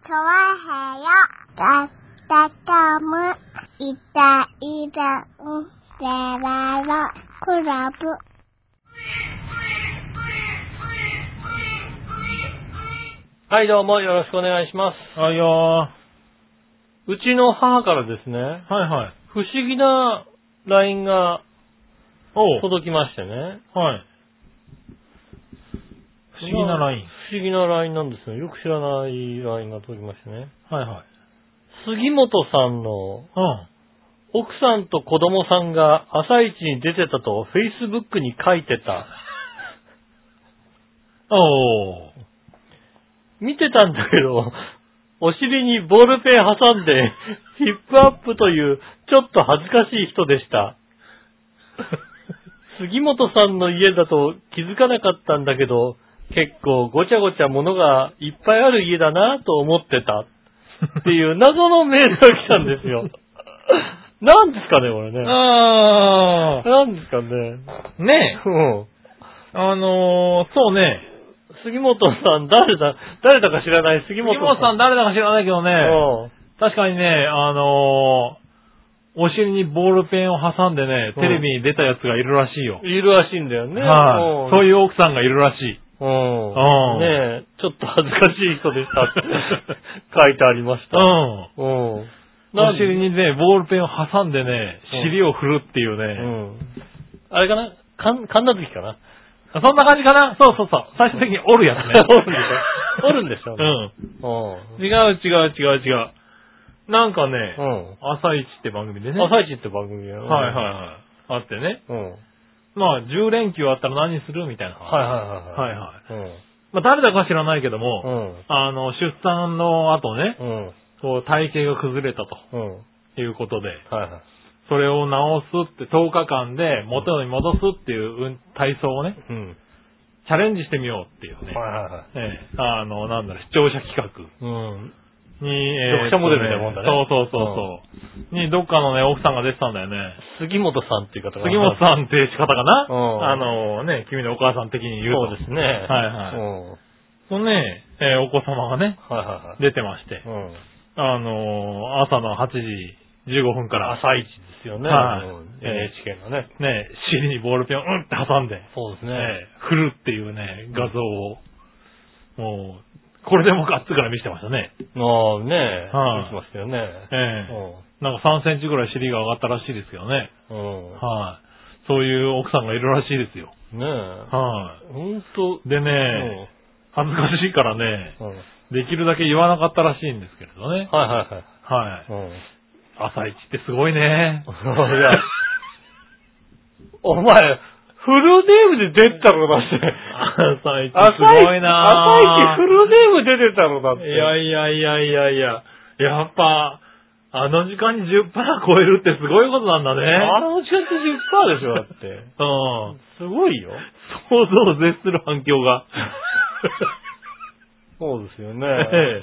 좋아해요따뜻함을이따이따운데라로클럽 はい、どうもよろしくお願いしまあいやー。はす。うちの母からですねい、はい。不思議な LINE がおう。届きましてね。はい。不思議なライン。不思議な LINE なんですよ。よく知らない LINE が届きましてね。はいはい。杉本さんのうん。奥さんと子供さんが朝一に出てたと Facebook に書いてた。 おー。見てたんだけど、お尻にボールペン挟んで、ヒップアップという、ちょっと恥ずかしい人で した。杉本さんの家だと気づかなかったんだけど、結構ごちゃごちゃ物がいっぱいある家だなと思ってた。っていう謎のメールが来たんですよ。なんですかね、これね。あなんですかね。ー。ねえ。うんあのー、そうね。杉本さん、誰だ、誰だか知らない杉杉本本ささん。ん誰だか知らないけどね。うん確かにね、あのー、お尻にボールペンを挟んでね、うテんレビに出たやつがいるらしいよ。いるらしいんだよね。はい。そういいう奥さんがいるらしい。うん。うんねえ、ちょっと恥ずかしい人でした って書いてありましうた。ん。うん。お尻にね、ボールペンを挟んでね、うん尻を振るっていううね。ん。あれかなかん、神奈月かな。そんな感じかなそうそうそう。最終的に折るやつね 折るんでしょ折るんでしょうねうん。う違う違う違う違う。なんかん。ね、うん。朝一って番組でね。朝一って番組だよねはいはいはい。あってね。うん。はいまあ、10連休あったら何するみたいな。はいはいはい。まあ、誰だか知らないけども、うん。あの、出産の後ね、うん。こう体型が崩れたうん。うん。ということで、はいはい。それを治すって10日間で元に戻すっていううん体操をね、うん。チャレンジしてみようっていうね、はいはいはい。ええあの、なんだろう、視聴者企画。うん。に、読えー者モデルみたいなもんだねそうそうそうそう。に、どっかのね、奥さんが出てたんだよね。杉本さんっていう方が。杉本さんって仕方かなうんあのね、君のお母さん的に言うと。そうですね。はいはいうん。はいそのね、えーお子様がね、はいはい。出てましてう、ん。あのー朝の8時15分から、朝一ですよね。はいうんえー NHK のね。ね、尻にボールペンをうんって挟んで、そうですえ。ー振るっていうね、画像を、もう、これでもかっつから見せてましたね。ああ、ねえ。はいしましたよね。えーなんか3センチぐらい尻が上がったらしいですけどね。うん。うはい、そういう奥さんがいるらしいですよ。ん。ねえ。はほんと、い、でね、恥ずかしいからね、うん。うんできるだけ言わなかったらしいんですけれどね。はいはいはい。はい。うん。 朝一ってすごいいね。やお前、フルネームで出てたろ、だって。 朝一すごいな朝一フルネームで出てたろ、だって。いやいやいやいやいや。やっぱ、あの時間に10%超えるってすごいことなんだあね。の時間って10%でしょ、だ って。うん。すごいよ。想像を絶する反響 が。そうですよね。ええ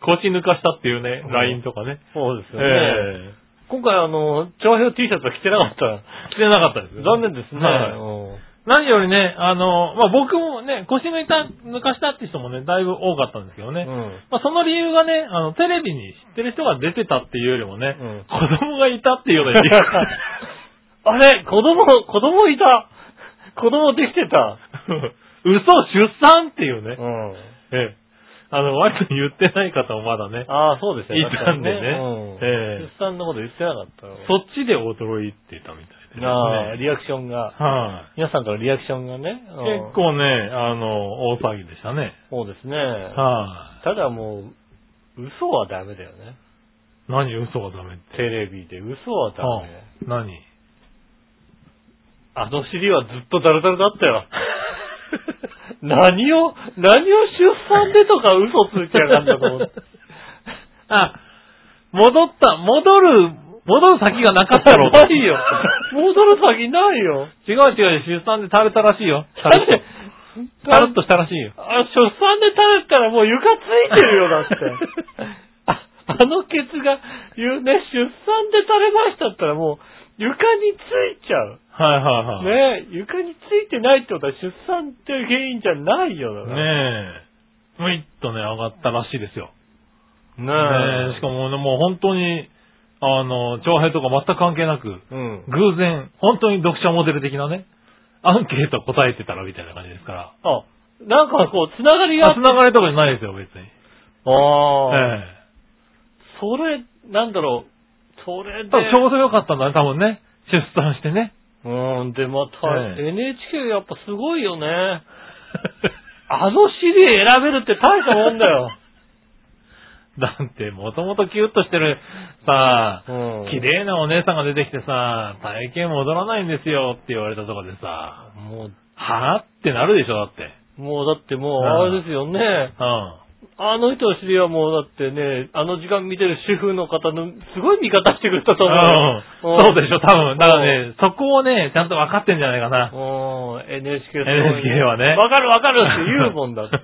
腰抜かしたっていうね、LINE とかね。そうですえよね。え今回あの、長編 T シャツは着てなかっ着てなかったですた。よ。残念ですね。はいうん何よりね、あの、まあ、僕もね、腰抜いた、抜かしたって人もね、だいぶ多かったんですけどね。うんまあ、その理由がね、あの、テレビに知ってる人が出てたっていうよりもね、うん子供がいたっていうような理由あれ子供、子供いた子供できてた。 嘘、出産っていうね。うん。ええあの、割と言ってない方もまだね、ああ、そうですよいたんでねうんええ出産のこと言ってなかったよそっちで驚いてたみたいですね。ああはい、リアクションが、皆さんからリアクションがね。うん結。構ね、あの、大騒ぎでしたね。そうですね。はい、ただもう、嘘はダメだよね。何嘘がダメって。テレビで嘘はダはあメ。何あの尻はずっとダルダルだったよ。 何を、何を出産でとか嘘ついてやがんだと思って。あ、戻った、戻る、戻る先がなかったろうと。ない よ。戻る先ないよ。違う違う、出産で垂れたらしいよ。だ垂っれてて、垂れとしたらしいよ。あ、出産で垂れたらもう床ついてるよ、 だって。 ああのケツが、言うね、出産で垂れましたったらもう床についちゃう。はいはいはい。ね床についてないってことは出産っていう原因じゃないよ、だからねえ。むいっとね、上がったらしいですよ。ねねえしかもね、もう本当に、あの、徴兵とか全く関係なく、うん。偶然、本当に読者モデル的なね、アンケート答えてたらみたいな感じですから。あ、なんかこう、つながりがあっつながりとかじゃないですよ、別に。えああ、えそれ、なんだろう、それで、多分ちょうど良かったんだね、多分ね。出産してね。 うん、で、また、ええ NHK やっぱすごいよね。あのシリ選べるって大したもんだよ。だって、もともとキュッとしてる、さあ、う綺麗なお姉さんが出てきてさ、体型戻らないんですよって言われたとこでさ、もはぁってなるでしょ、だって。う、もうだってもう、うんあれですよね。うん。あの人の知り合いはもうだってね、あの時間見てる主婦の方のすごい味方してくれたと思うよ。うんそうでしょ、多分。だからうね、そこをね、ちゃんと分かってんじゃないかな。うん、NHK すごい NHK はね。わかるわかるっ て言うもんだって。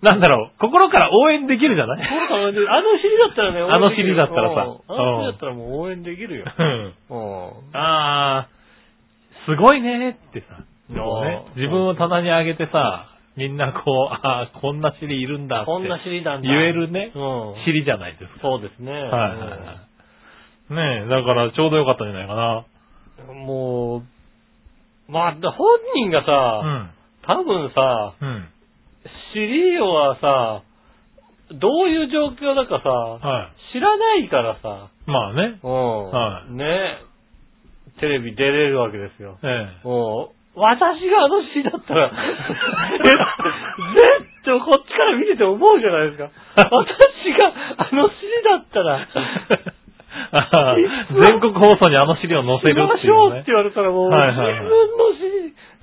なんだろう、心から応援できるじゃないそうだねあの尻だったらね、 あの応援できる尻だったらうんさあの尻だったらもう応援できるよ。うんうん あー、すごいねーってさ、こうねあー自分を棚に上げてさ、みんなこう、あー、こんな尻いるんだってこんな尻なんだ。言えるねう、ん。尻じゃないですか。そうですね。はいはいはい。ねえ、だからちょうどよかったんじゃないかな。うんもう、まあ、本人がさ、多分さ、うん。うん。尻はさ、どういう状況だかさ、は知らないからさ、い。まあね。うんはいねテレビ出れるわけですよ。え え。もう、私があのシーンだったら、 絶対こっちから見てて思うじゃないですか。私があのシーンだった ら、あー全国放送にあの資料載せ見るまってしょういっうて言われたらもう、自はいはいはい分のシ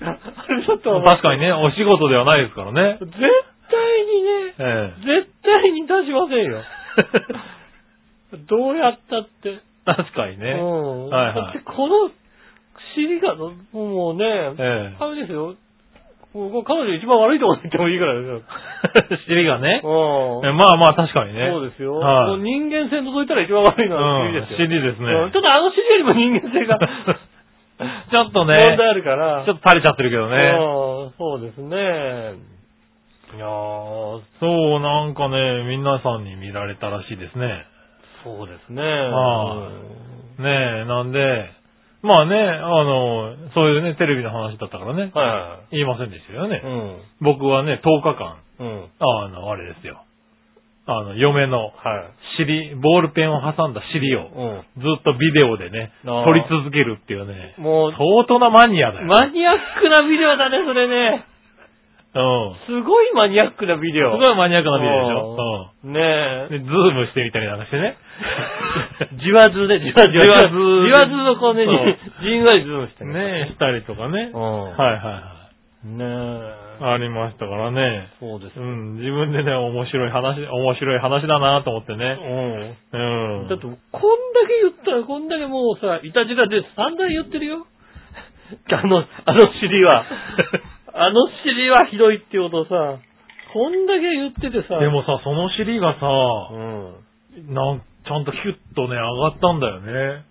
ーン、あれだと思ね。う。確かにね、お仕事ではないですからね。絶対にね、ええ。絶対に出しませんよ。どうやったって。 確かにね。うん。はいはいだってこの尻が、もうね、え あれですよ。もう彼女一番悪いところに行ってもいいぐらいですよ。え。尻が ね。うんえまあまあ確かにね。そうですよ。はいもう人間性除いたら一番悪いのはうん CD ですよ。尻ですねうんちょっとあの CD よりも人間性が ちょっとね、問題ちあるから。ょっと垂れちゃってるけどね。うんそうですね。いやーそう、なんかね、皆さんに見られたらしいですね。そうですね。はうんねえ、なんで、まあね、あの、そういうね、テレビの話だったからね、は言いませんでしたよねい。。うん。僕はね、10日間、うん。あの、あれですよ。あの、嫁のはい。尻、ボールペンを挟んだ尻を、ずっとビデオでね、あー撮り続けるっていうねうん。、もう、相当なマニアだよ。マニアックなビデオだね、それね。うん。すごいマニアックなビデすオ。ごいマニアックなビデオでしょ。うん。ねえうん。。で、ズームしてみたりなんかしてね。 じわずで、じわじわ。じわずじわずのこうね、そうじんわりズームして ねえ、したりとかね。うん。はいはいはねえ。い。ありましたからね。そうですうよ。ん、自分でね、面白い話、面白い話だなと思ってね。うん。うん。だって、こんだけ言ったら、こんだけもうさ、いたじらで散々言ってるよ。 あの、あの尻 は。あの尻はひどいってことをさ、こんだけ言っててさ。で、もさ、その尻がさ、うん。なんちゃんとヒュッとね、上がったんだよね。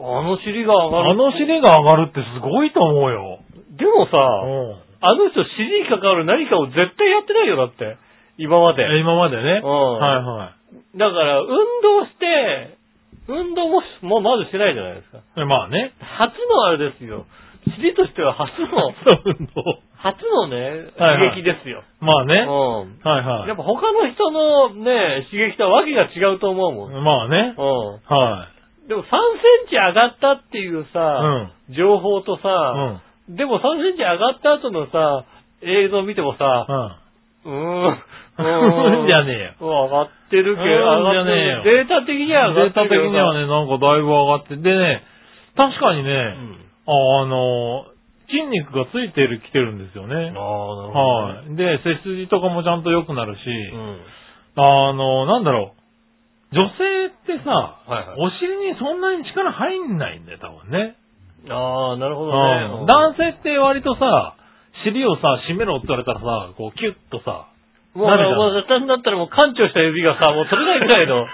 あの尻が上がる。あの尻が上がるってすごいと思うよ。でもさ、うん。あの人尻に関わる何かを絶対やってないよ、だって。今まで。え今までね。うんはいはい。だから、運動して、運動もし、もうまずしてないじゃないですか。えまあね。 初のあれですよ。尻としては初の、運動。初のね、はいはい刺激ですよ。まあね。うん。はいはい。やっぱ他の人のね、刺激とはわけが違うと思うもん。まあね。うはん。でも3センチ上がったっていうい。うさ、ん。情報とうさ、ん。でも3センチ上がった後のさ、映像見てもさ、うん。うーん。うん じゃねえよ。うん上がってるけど、うんじゃねえ上よがってる。データ的には上がデっーてタるけ的どさにはね、なんかだいぶ上がって。でね、確かにね、あの、筋肉がついてる、きてるんですよああ、なるね。ほど、ね。はい。で、背筋とかもちゃんと良くなるし、うん。あの、なんだろう。女性ってさ、いはいお尻にそんなに力入んないんだよ、多分ね。ああ、なるほどうね。ん男性って割とさ、尻をさ、締めろって言われたらさ、こうキュッとさ、もう、なるじゃんもう、だんだったらもう、館長した指がさ、もう取れないぐらいの。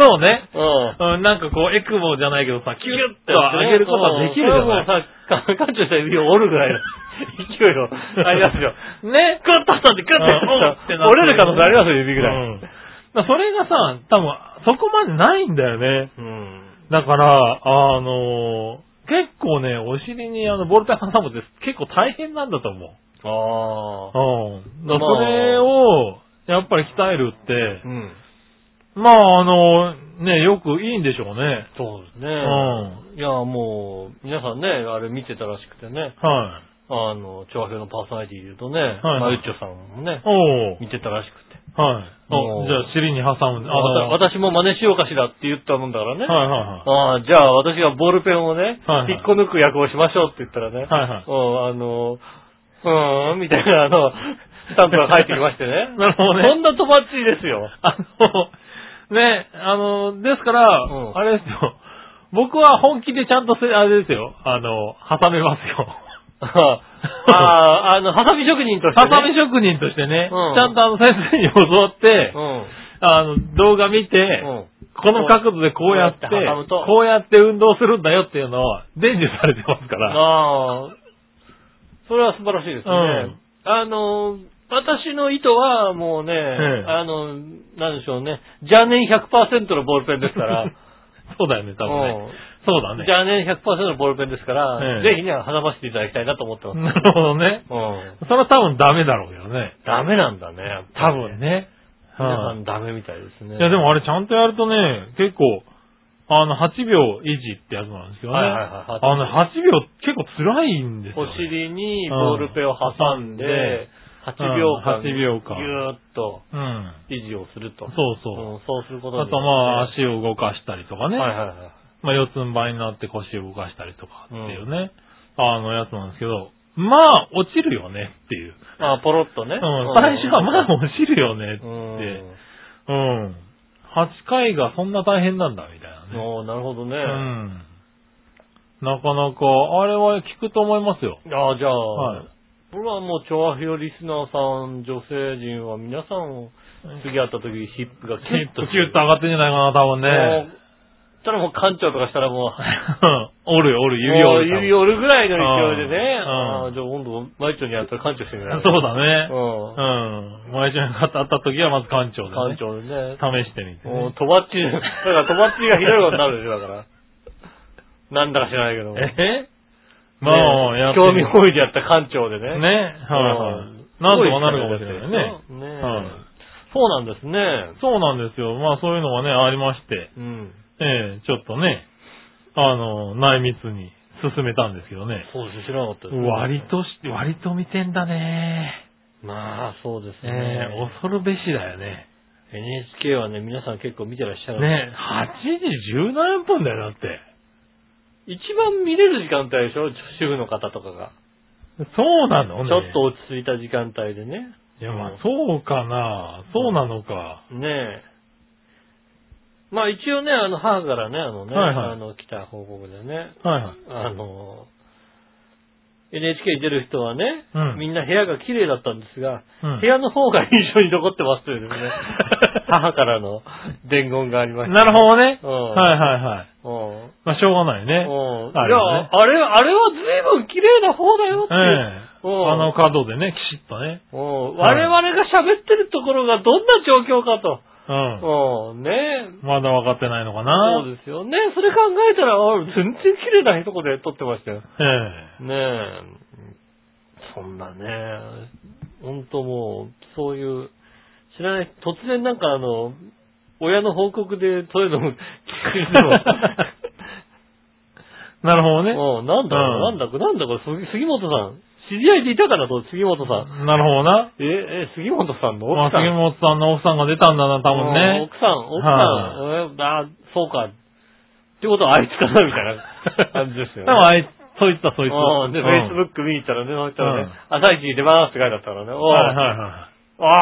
そうね。うん。うん、なんかこう、エクボじゃないけどさ、キュッと上げることはできるじゃないそれはもうさ、カンカンチョした指を折るぐらいの勢いをありますよ。ね。グッとしたってグッとやったら折れる可能性ありますよ、指ぐらい。うんだからそれがさ、多分、そこまでないんだよね。うん。だから、あの結構ね、お尻にあの、ボールペン挟むって結構大変なんだと思う。ああ。うん。だかまあらそれを、やっぱり鍛えるってう、ん。まああの、ね、よくいいんでしょうね。そうですね。ういや、もう、皆さんね、あれ見てたらしくてね、はい。あの、調和表のパーソナリティで言うとね、いマユッチョさんもね、おお。見てたらしくて。はい。もおうじゃあ、尻に挟むんで。あわはた私も真似しようかしらって言ったもんだからね。いはいはああ、じゃあ私がボールペンをね、はいはい引っこ抜く役をしましょうって言ったらね、い。はいはうんあの、うーん、みたいな、あの、スタンプが入ってきましてね。 い。なるほどそね。んなとばっちりです よ。あの、ね、あの、ですから、うんあれですよ。僕は本気でちゃんとせ、あれですよ。あの、挟めますよ。ああ、あの、ハサミ職人として、ね。挟み職人としてね、うんちゃんとあの先生に教わって、あの、動画見て、うん。うん。この角度でこうやって、こうやって挟むとこうやって運動するんだよっていうのを伝授されてますから。ああ、それは素晴らしいですね。うんあの、私の意図はもうね、ええあの、なんでしょうね、邪念100%のボールペンですから、 そうだよね、多分ね。そうだね。邪念100%のボールペンですから、ええぜひね、挟ませていただきたいなと思ってます。なるほどね。うん。それは多分ダメだろうけどね。ダメなんだね、やっぱ多り分。ね。皆はさいんダメみたいですね。いや、でもあれちゃんとやるとね、結構、あの、8秒維持ってやつなんですけどね。はいはいはいあの、8秒結構辛いんですよ、おね。尻にボールペンを挟んで、8秒間、うん8秒間ぎゅーっとうん。維持をすると。そううそんそうするこう。とあとまあ、あ、足を動かしたりとかね。はいはいはい。まあ、四つん這いになって腰を動かしたりとかっていうね、あのやつなんですけど、まあ、落ちるよねっていう。まあ、ポロッとね。うん、最初はまあ落ちるよねっうて。うん。。ん8回がそんな大変なんだ、みたいなね。おーなるほどね。うん。なかなか、あれは効くと思いますよ。ああ、じゃあ、はい。これはもう、調和表リスナーさん、女性陣は皆さん、次会った時にヒップがキキュッュッととすキュッる。と上がってんじゃないかな、多分ね。もうただもう、館長とかしたらもう、 おるよ、おる、指もう折る。指折るぐらいの勢いでね。うんああ、じゃあ、温度、マイチョにやったら館長してみないそうだね。うんう。ん。前ちゃんが当たった時はまず館長で、ね。館長でね。試してみてね、もう、とばっちり、だからとばっちりがひどいことになるでしょ、だから。なんだか知らないけども。えまあ、ねやって興み味本位でやった館長でね。ね。はいはい。なんとかなるかもしれないね。ね。はいそうなんですね。そうなんですよ。まあそういうのがね、ありまして、うん。ええちょっとね、あの、内密に進めたんですけどね。そうですね、知らなかったですね。割とし、割と見てんだね。まあ、そうですえね。え恐るべしだよね。 NHK はね、皆さん結構見てらっしゃる。。ね8時17分だよ、だって。一番見れる時間帯でしょ主婦の方とかが。そうなのね。ちょっと。落ち着いた時間帯でね。いや、まあそうかな。そうなのか。ねえ。まあ一応ね、あの、母からね、あのね、はいはいあの、来た報告でね、はいはい。あの、NHK に出る人はね、うんみんな部屋が綺麗だったんですが、うん部屋の方が印象に残ってますと いうね、母からの伝言がありました。なるほどね。うんはいはいはい。うんまあしょうがないね。うんあいれや、はねあれ、あれは随分綺麗な方だよっていえう。えうんあの角でね、きちっとね。うんは我い々が喋ってるところがどんな状況かうん。と。うん、ねえまだ分かってないのかなそうですよね。それ考えたら、あ全然綺麗なとこで撮ってましたよ。えねえ。そんなね、ほんともう、そういう、知らない、突然なんかあの、親の報告でそういうの も聞くして も、えなるほどね。うんなんだろう、うなんんだこれ、なんだこれ、杉杉本さん。知り合いでいたかなと、杉本さん。なるほどな。え、え、杉本さんのまあ、奥さん。杉本さんの奥さんが出たんだな、多分うんね。奥さん、奥さん、えあ、そうか。ってことはあいつかな、みたいな感じですよ多ね。分あいつ、そいつだ、そいつだ。うんで、うん Facebook 見に行ったらね、そしたらね、朝一に出ますって書いてあったからね、おうはいはいは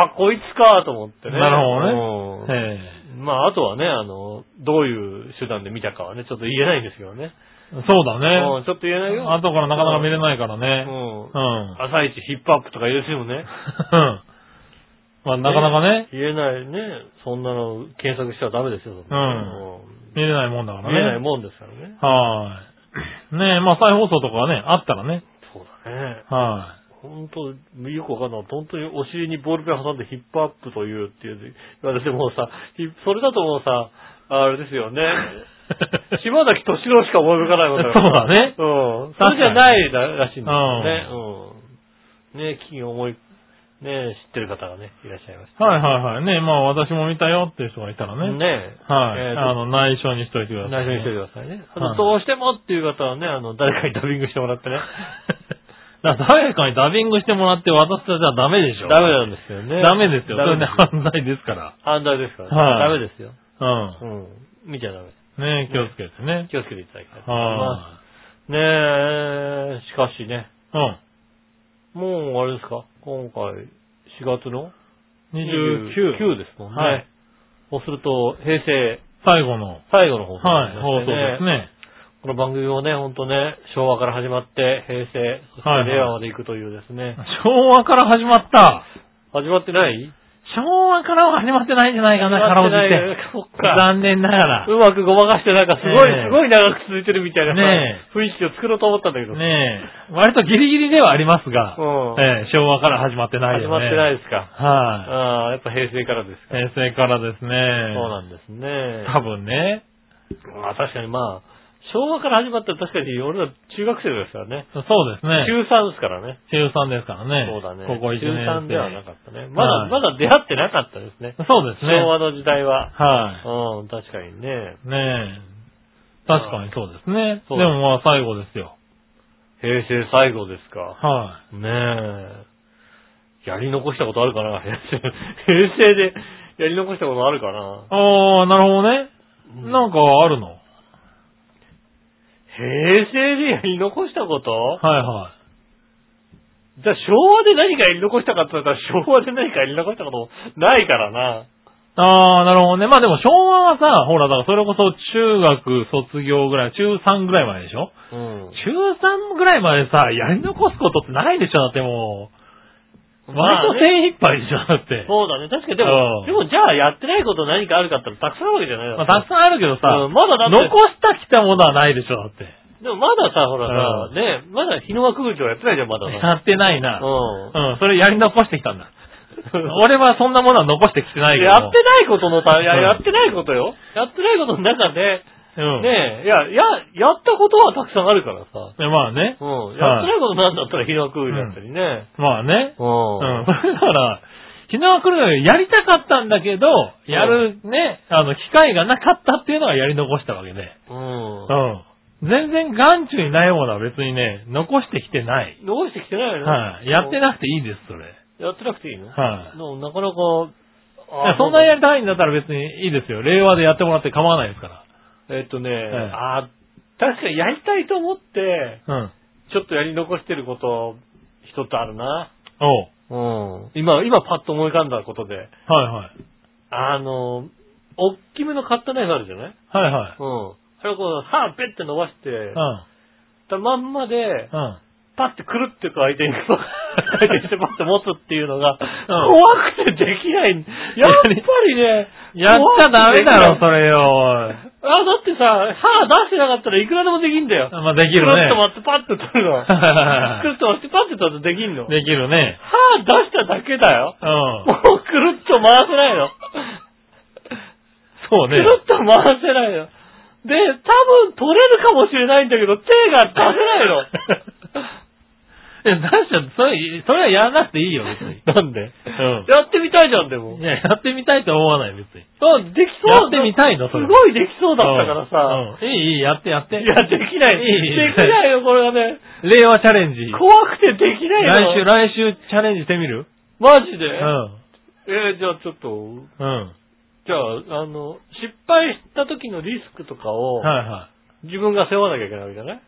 ああ、こいつかと思ってね。なるほい。えまあ、あとはね、あの、どういう手段で見たかはね、ちょっと言えないんですよね。えそうだうね。ん、ちょっと言えないよ。後からなかなか見れないからうね。ん。うん。 朝一ヒップアップとか言うてもね。まあ、なかなかね、言えないね。そんなの検索しちゃダメですよ。うんうん見れないもんだか見えないらね。もんですからね。はねえ、まあ再放送とかはね、あったらね。そうだね。は本当よくわかんない。本当にお尻にボールペン挟んでヒップアップというっていう、言われてもうさ、ひそれだともうさ、あれですよね。島崎敏郎しか思い浮かないわけい。そうだね。うん。それ確かにじゃないらしいんですよね。うん。ね、金思い、ね、知ってる方がね、いらっしゃいました。はいはいはい。ねまあ私も見たよっていう人がいたらね。ねはい。えーあの、内緒にしといてくださ内い、緒にしておいてくださいね。あはのいどうしてもっていう方はね、あの、誰かにダビングしてもらってね。だから誰かにダビングしてもらって渡すじゃダメ でしょ。ダメなんですよね。ダメですよ。そダれメね、ですよ犯罪ですから。犯罪ですからね。はいダメですよ。うん。見ちゃダメ。うん。ね気をつけてね。気をつけていただきたいと思いまはす。ねえ、しかしね、い。うん。もうあれですか今回、4月の29。 9ですもんね。はいそうすると、平成最後の、最後の放送はい、になり放まし送てですね。この番組もね、ほんとね、昭和から始まって、平成、そしてはいはい令和まで行くというですね。昭和から始まった。始まってない昭和からは始まってないんじゃないかな、カラオケって。そっか。残念ながら。うまくごまかして、なんかすごい、ねえすごい長く続いてるみたいなさね雰囲気を作ろうと思ったんだけど。ねえ、割とギリギリではありますがう、ん。ええ昭和から始まってないよね。。始まってないいですか。はい、ああ、やっぱ平成からですか。平成からですね。そうなんですね。多分ね。まあ確かにまあ、昭和から始まったら確かに俺ら中学生ですからね。そうですね。中3ですからね。中3ですからね。そうだね。ここ1年中3ではなくかったね。まだ、はいまだ出会ってなかったですね。そうですね。昭和の時代は。はうん、確かにね。い。ねえ。確かにそうですね。でそうだもまあ最後ですよ。平成最後ですか。は。ねえ。やり残したことあるかな平成平成でやり残したことあるかないああ、なるほどね。うんなんかあるのはい平成でやり残したことはじゃあ昭和で何かやり残したかって言ったら昭和で何かやり残したこともないからな。い。ああ、なるほどね。まあでも昭和はさ、ほら、だからそれこそ中学卒業ぐらい、中3ぐらいまででしょうん。中3ぐらいまでさ、やり残すことってないでしょだってもう、割まとあね精一杯でしょだって。そうだね。確かに、でもでもう、んじゃあやってないこと何かあるかって言ったらたくさんあるわけじゃないまあたくささんあるけどさ、うんまだだって残したきたものはないでしょだって。ん。でもまださ、ほらうさ、ね、まだ日の輪空調やってないじゃん、まださ。やってないな。うん。うん、それやり残してきたんだ。 俺はそんなものは残してきてないけど。やってないことのた、いやうんやってないことよ。やってないことの中で、うん。ねえ、いや、や、やったことはたくさんあるからさ。でまあね。うん。やってはいないことなんだったら火の空だったりね。まあね。う。うんん。 それだから、昨日は来るのよやりたかったんだけど、やるね、あの、機会がなかったっていうのがやり残したわけで。うんう。ん。全然眼中にないものは別にね、残してきてない。残してきてないよね。はい。やってい。なくていいです、それ。やってなくていいのはい。のなかなか、いやそんなやりたいんだったら別にいいですよ。令和でやってもらって構わないですかえっとね、えあ確かにやりたいと思って、ら。うん。ちょっとやり残してること、一つあるな。おう。うん。今、今パッと思い浮かんだことで、はいはい。あの、おっきめのカッターナイフあるじゃないはいはい。うん。それをこう、歯ペッて伸ばして、うたまんまで、ん。うん。パッてくるってこう 相手にこう、回転してパッて持つっていうのが、怖くてできない。やっぱりね、 やっちゃダメだ怖くてできなろ、いそれよ。あ、だってさ、歯出してなかったらいくらでもできんだよ。まあ、できるくるっとね。待ってパッて取る の。くるっと待ってパッて取るとできんの。できるね。歯出しただけだよ。うもん。うくるっと回せないの。そくうね。るっと回せないの。で、多分取れるかもしれないんだけど、手が出せない の。いや、確かに、それ、それはやら なくていいよ、別に。なんでうん。やってみたいじゃん、でもい。や、やってみたいと思わない、別に。あできそうやってみたいのすそれごいできそうだったからさ。うん。いい、いい、やって、やって。いや、できない。いいいいできないよ、これがね。令和チャレンジ。怖くてできない来週、よ。来週チャレンジしてみるマジでうん。えーじゃあちょっと、うん。じゃあ、あの、失敗した時のリスクとかを、はいは自分が背負わなきゃいけないわけじゃないい。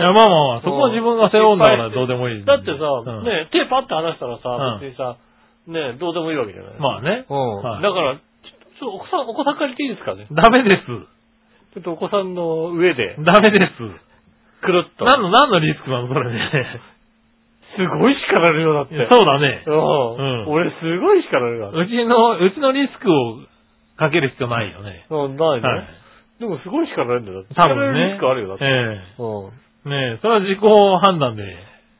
いや、まあまあまあ、そこは自分が背負うんだから失敗してどうでもいい。だってさ、うん、ね、手パッて離したらうさん、別にさ、ね、どうでもいいわけじゃないまあね。うん。はいだから、ちょっと、お子さん、お子さん借りていいですかねダメです。ちょっとお子さんの上で、ダメです。くるっと。何の、何のリスクなの、そ れね。すごい叱られるよ、だっいて。やそうだね。うん。うん俺すごい叱られるわ。うちの、うちのリスクをかける必要ないよね。うん、ないね。はい。でもすごい叱られるんだよ。だって多叱ら分れるね。リスクあるよ、だって。えうえねえ、それは自己判断で、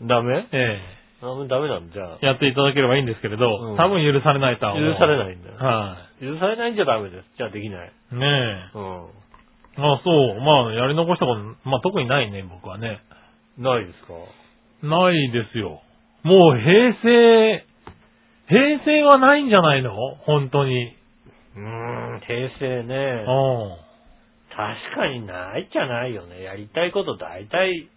ん。ダメえダメダメなんじゃあえやっていただければいいんですけれど、うん多分許されないとは思う。許されい。ないんだよ。は許されないんじゃダメです。じゃあできない。い。ねえ。うん。まあそう、まあやり残したこと、まあ特にないね、僕はね。ないですかないですよ。もう平成、平成はないんじゃないの本当に。うーん、平成うねん。。は確かにないじゃないよね。やりたいこと大体、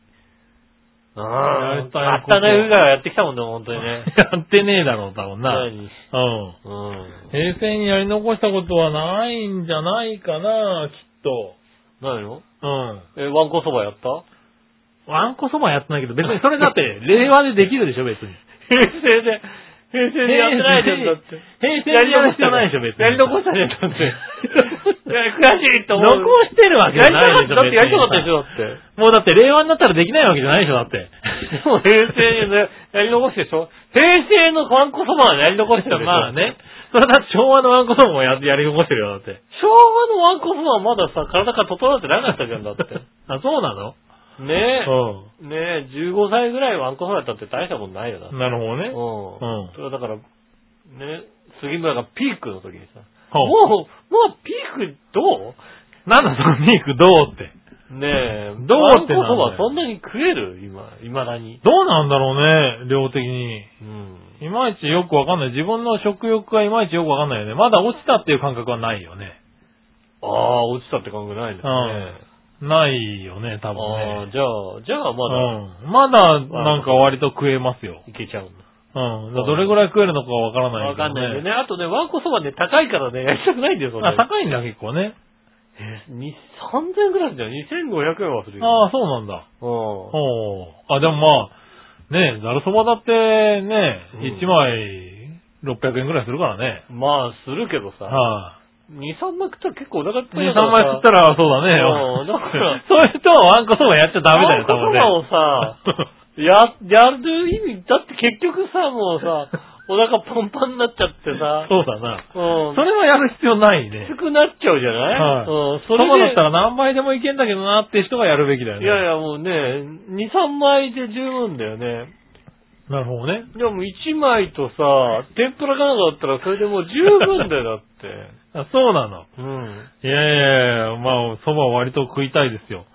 うん。やありたいことったねぐらいはやってきたもんね、本当にね。 やってねえだろう、多分な。うん。何うん。平成にやり残したことはないんじゃないかな、きっと。何ようん。え、ワンコそばやったワンコそばはやってないけど、別にそれ だって、令和でできるでしょ、別に。平成で、平成でやってないじゃんだって。平成にやる必要ないでしょ、別に。やり残したね、だって。いや悔しいと思う。残してるわけじゃないでしょ、やりたかっただってやりたかったでしょ。ょ、だって。もうだって令和になったらできないわけじゃないでしょ、だって。でも平成にねやり残してでしょ平成のワンコそばはやり残してたでしょまあね。それはだって昭和のワンコそばもややり残してるよ、だって。昭和のワンコそばはまださ、体が整ってなかったじゃんだ って。あ、そうなのねえ。う。ねえ、15歳ぐらいワンコそばやったって大したことないよな。うんなるほどん。ね。うんそれはだから、ね、杉村がピークの時にさ、ほもう、もうピークどう。なんだそのミークどうって。うねえ、どうってなんだよワンコそばそんなに食える今、未だに。どうなんだろうね、量的に。うん。いまいちよくわかんない。自分の食欲がいまいちよくわかんないよね。まだ落ちたっていう感覚はないよね。ああ、落ちたって感覚ないですね。ないよね、多分ああ、ね。じゃあ、じゃあまだ、うん。まだ、なんか割と食えますよ。いけちゃうんだ。うん。どれぐらい食えるのかわからないわけどかんないよね。あとね、ワンコそばね、高いからね、やりたくないんだよ、それ。あ、高いんだ、結構ね。えに3000円ぐらいじゃん。2500円はするよ。ああ、そうなんだ。うん。おあ、でもまあ、ねえ、ざるそばだってね、うん一枚600円くらいするからね。まあ、するけどさ、は2、3枚食ったら結構お腹いっい、ぱい2、に3なる枚から食ったら、そうだうんだかねら。 そういう人はワンコそばやっちゃダメだよ、多分ね。ワンコそばをさ、や、やる意味、だって結局さ、もうさ、 お腹パンパンになっちゃってさ、そうだな。うん。それはやる必要ないねき。つくなっちゃうじゃない、はいうん。そそばれでだったら何倍でもいけんだけどなって人がやるべきだよいね。やいや、もうね、2、3枚で十分だよね。なるほどね。でも1枚とさ、天ぷらかなんかだったらそれでもう十分だよ、だって。あ そうなの。うん。いやいやいや、まあ、そばは割と食いたいですよ。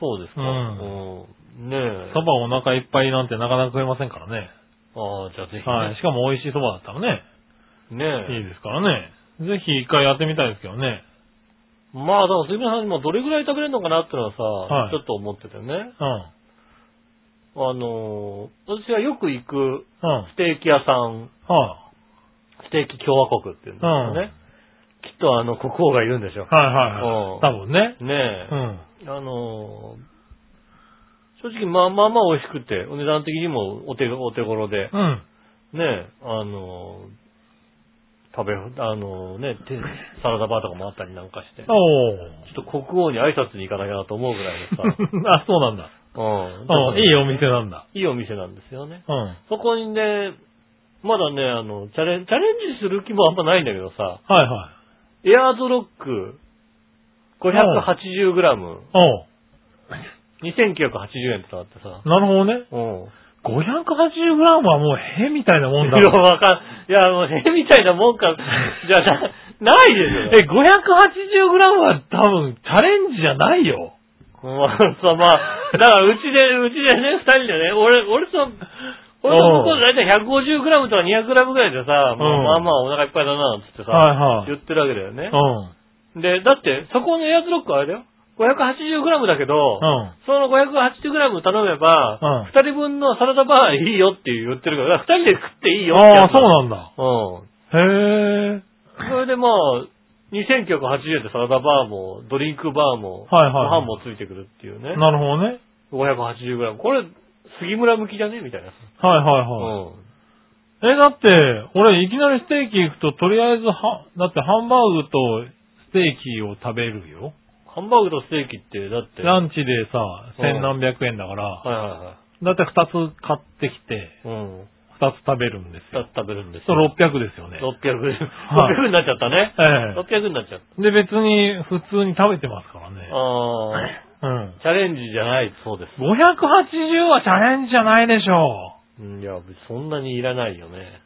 そうですか。うんうんねえ。そばお腹いっぱいなんてなかなか食えませんからね。ああ、じゃあぜひね。はい。しかも美味しいそばだったらね。ねいいえ。ですからね。ぜひ一回やってみたいですけどね。まあ、だから、杉村さん、今どれぐらい食べれるのかなってのはさ、はいちょっと思っててね。うん。あのー私はよく行くうん。はステーキ屋さん、あ。ステーキ共和国っていうんですよね。きっとあの、国王がいるんでしょはいはいはうんい。多分ね。う。ねえう。ん。あのー正直まあまあまあ美味しくて、お値段的にもお手お手頃で、うん。ね、あのー食べ、あのーね、てサラダバーとかもあったりなんかして、ちょおー。っと国王に挨拶に行かなきゃなと思うぐらいのさ、 あ、そうなんだ。うんうん。いいお店なんだ。いいお店なんですよね。うん。そこにね、まだね、あの、チャレン、チャレンジする気もあんまないんだけどさ、はいはい。エアーズロック 580g、2980円っおてのがあってさ、うなるほどね。うん。 580g はもうへみたいなもんだいや、わかん、いや、もう、へみたいなもん か、じゃな、ないですよ。え、580g は多分チャレンジじゃないよ。まあ、そうまあ、だから、うちで、うちでね、二人でね、俺、俺と、俺と向こうで大体150グラムとか200グラムぐらいでさ、もううんまあまあお腹いっぱいだな、つってさ、はいはい言ってるわけだよね。うん。で、だって、そこのエアーズロックはあれだよ。580グラムだけど、うん。その580グラム頼めばうん、二、人分のサラダバーいいよって言ってるから、だから二人で食っていいよってやつああ、そうなんだ。うん。へえ。それでまあ、2980円でサラダバーも、ドリンクバーも、はいはいご飯もついてくるっていうね。なるほどね。 580g。これ、杉村向きだねみたいな。はいはいうはい。ん。え、だって、俺いきなりステーキ行くと、とりあえずは、だってハンバーグとステーキを食べるよ。ハンバーグとステーキって、だって。ラはいンチでさ、うん千何百円だから、はいはだって二つ買ってきて、い。うん。二2つ食べるんです2よ。つ食べるんですそよ。う600ですよね。 600、はい600になっちゃったね。え600になっちゃっえ。で、別に普通に食べてますからね。た。ああ。うん。チャレンジじゃないそうです。 580はチャレンジじゃないでしょうんいや、別にそんなにいらないよね。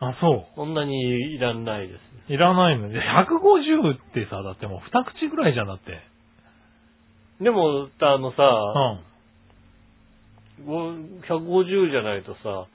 う。あ、そそんなにいらないですね。う。いらないので。150ってさ、だってもう2口ぐらいじゃんだって。でも、あのうさ、ん。ご150じゃないとさ、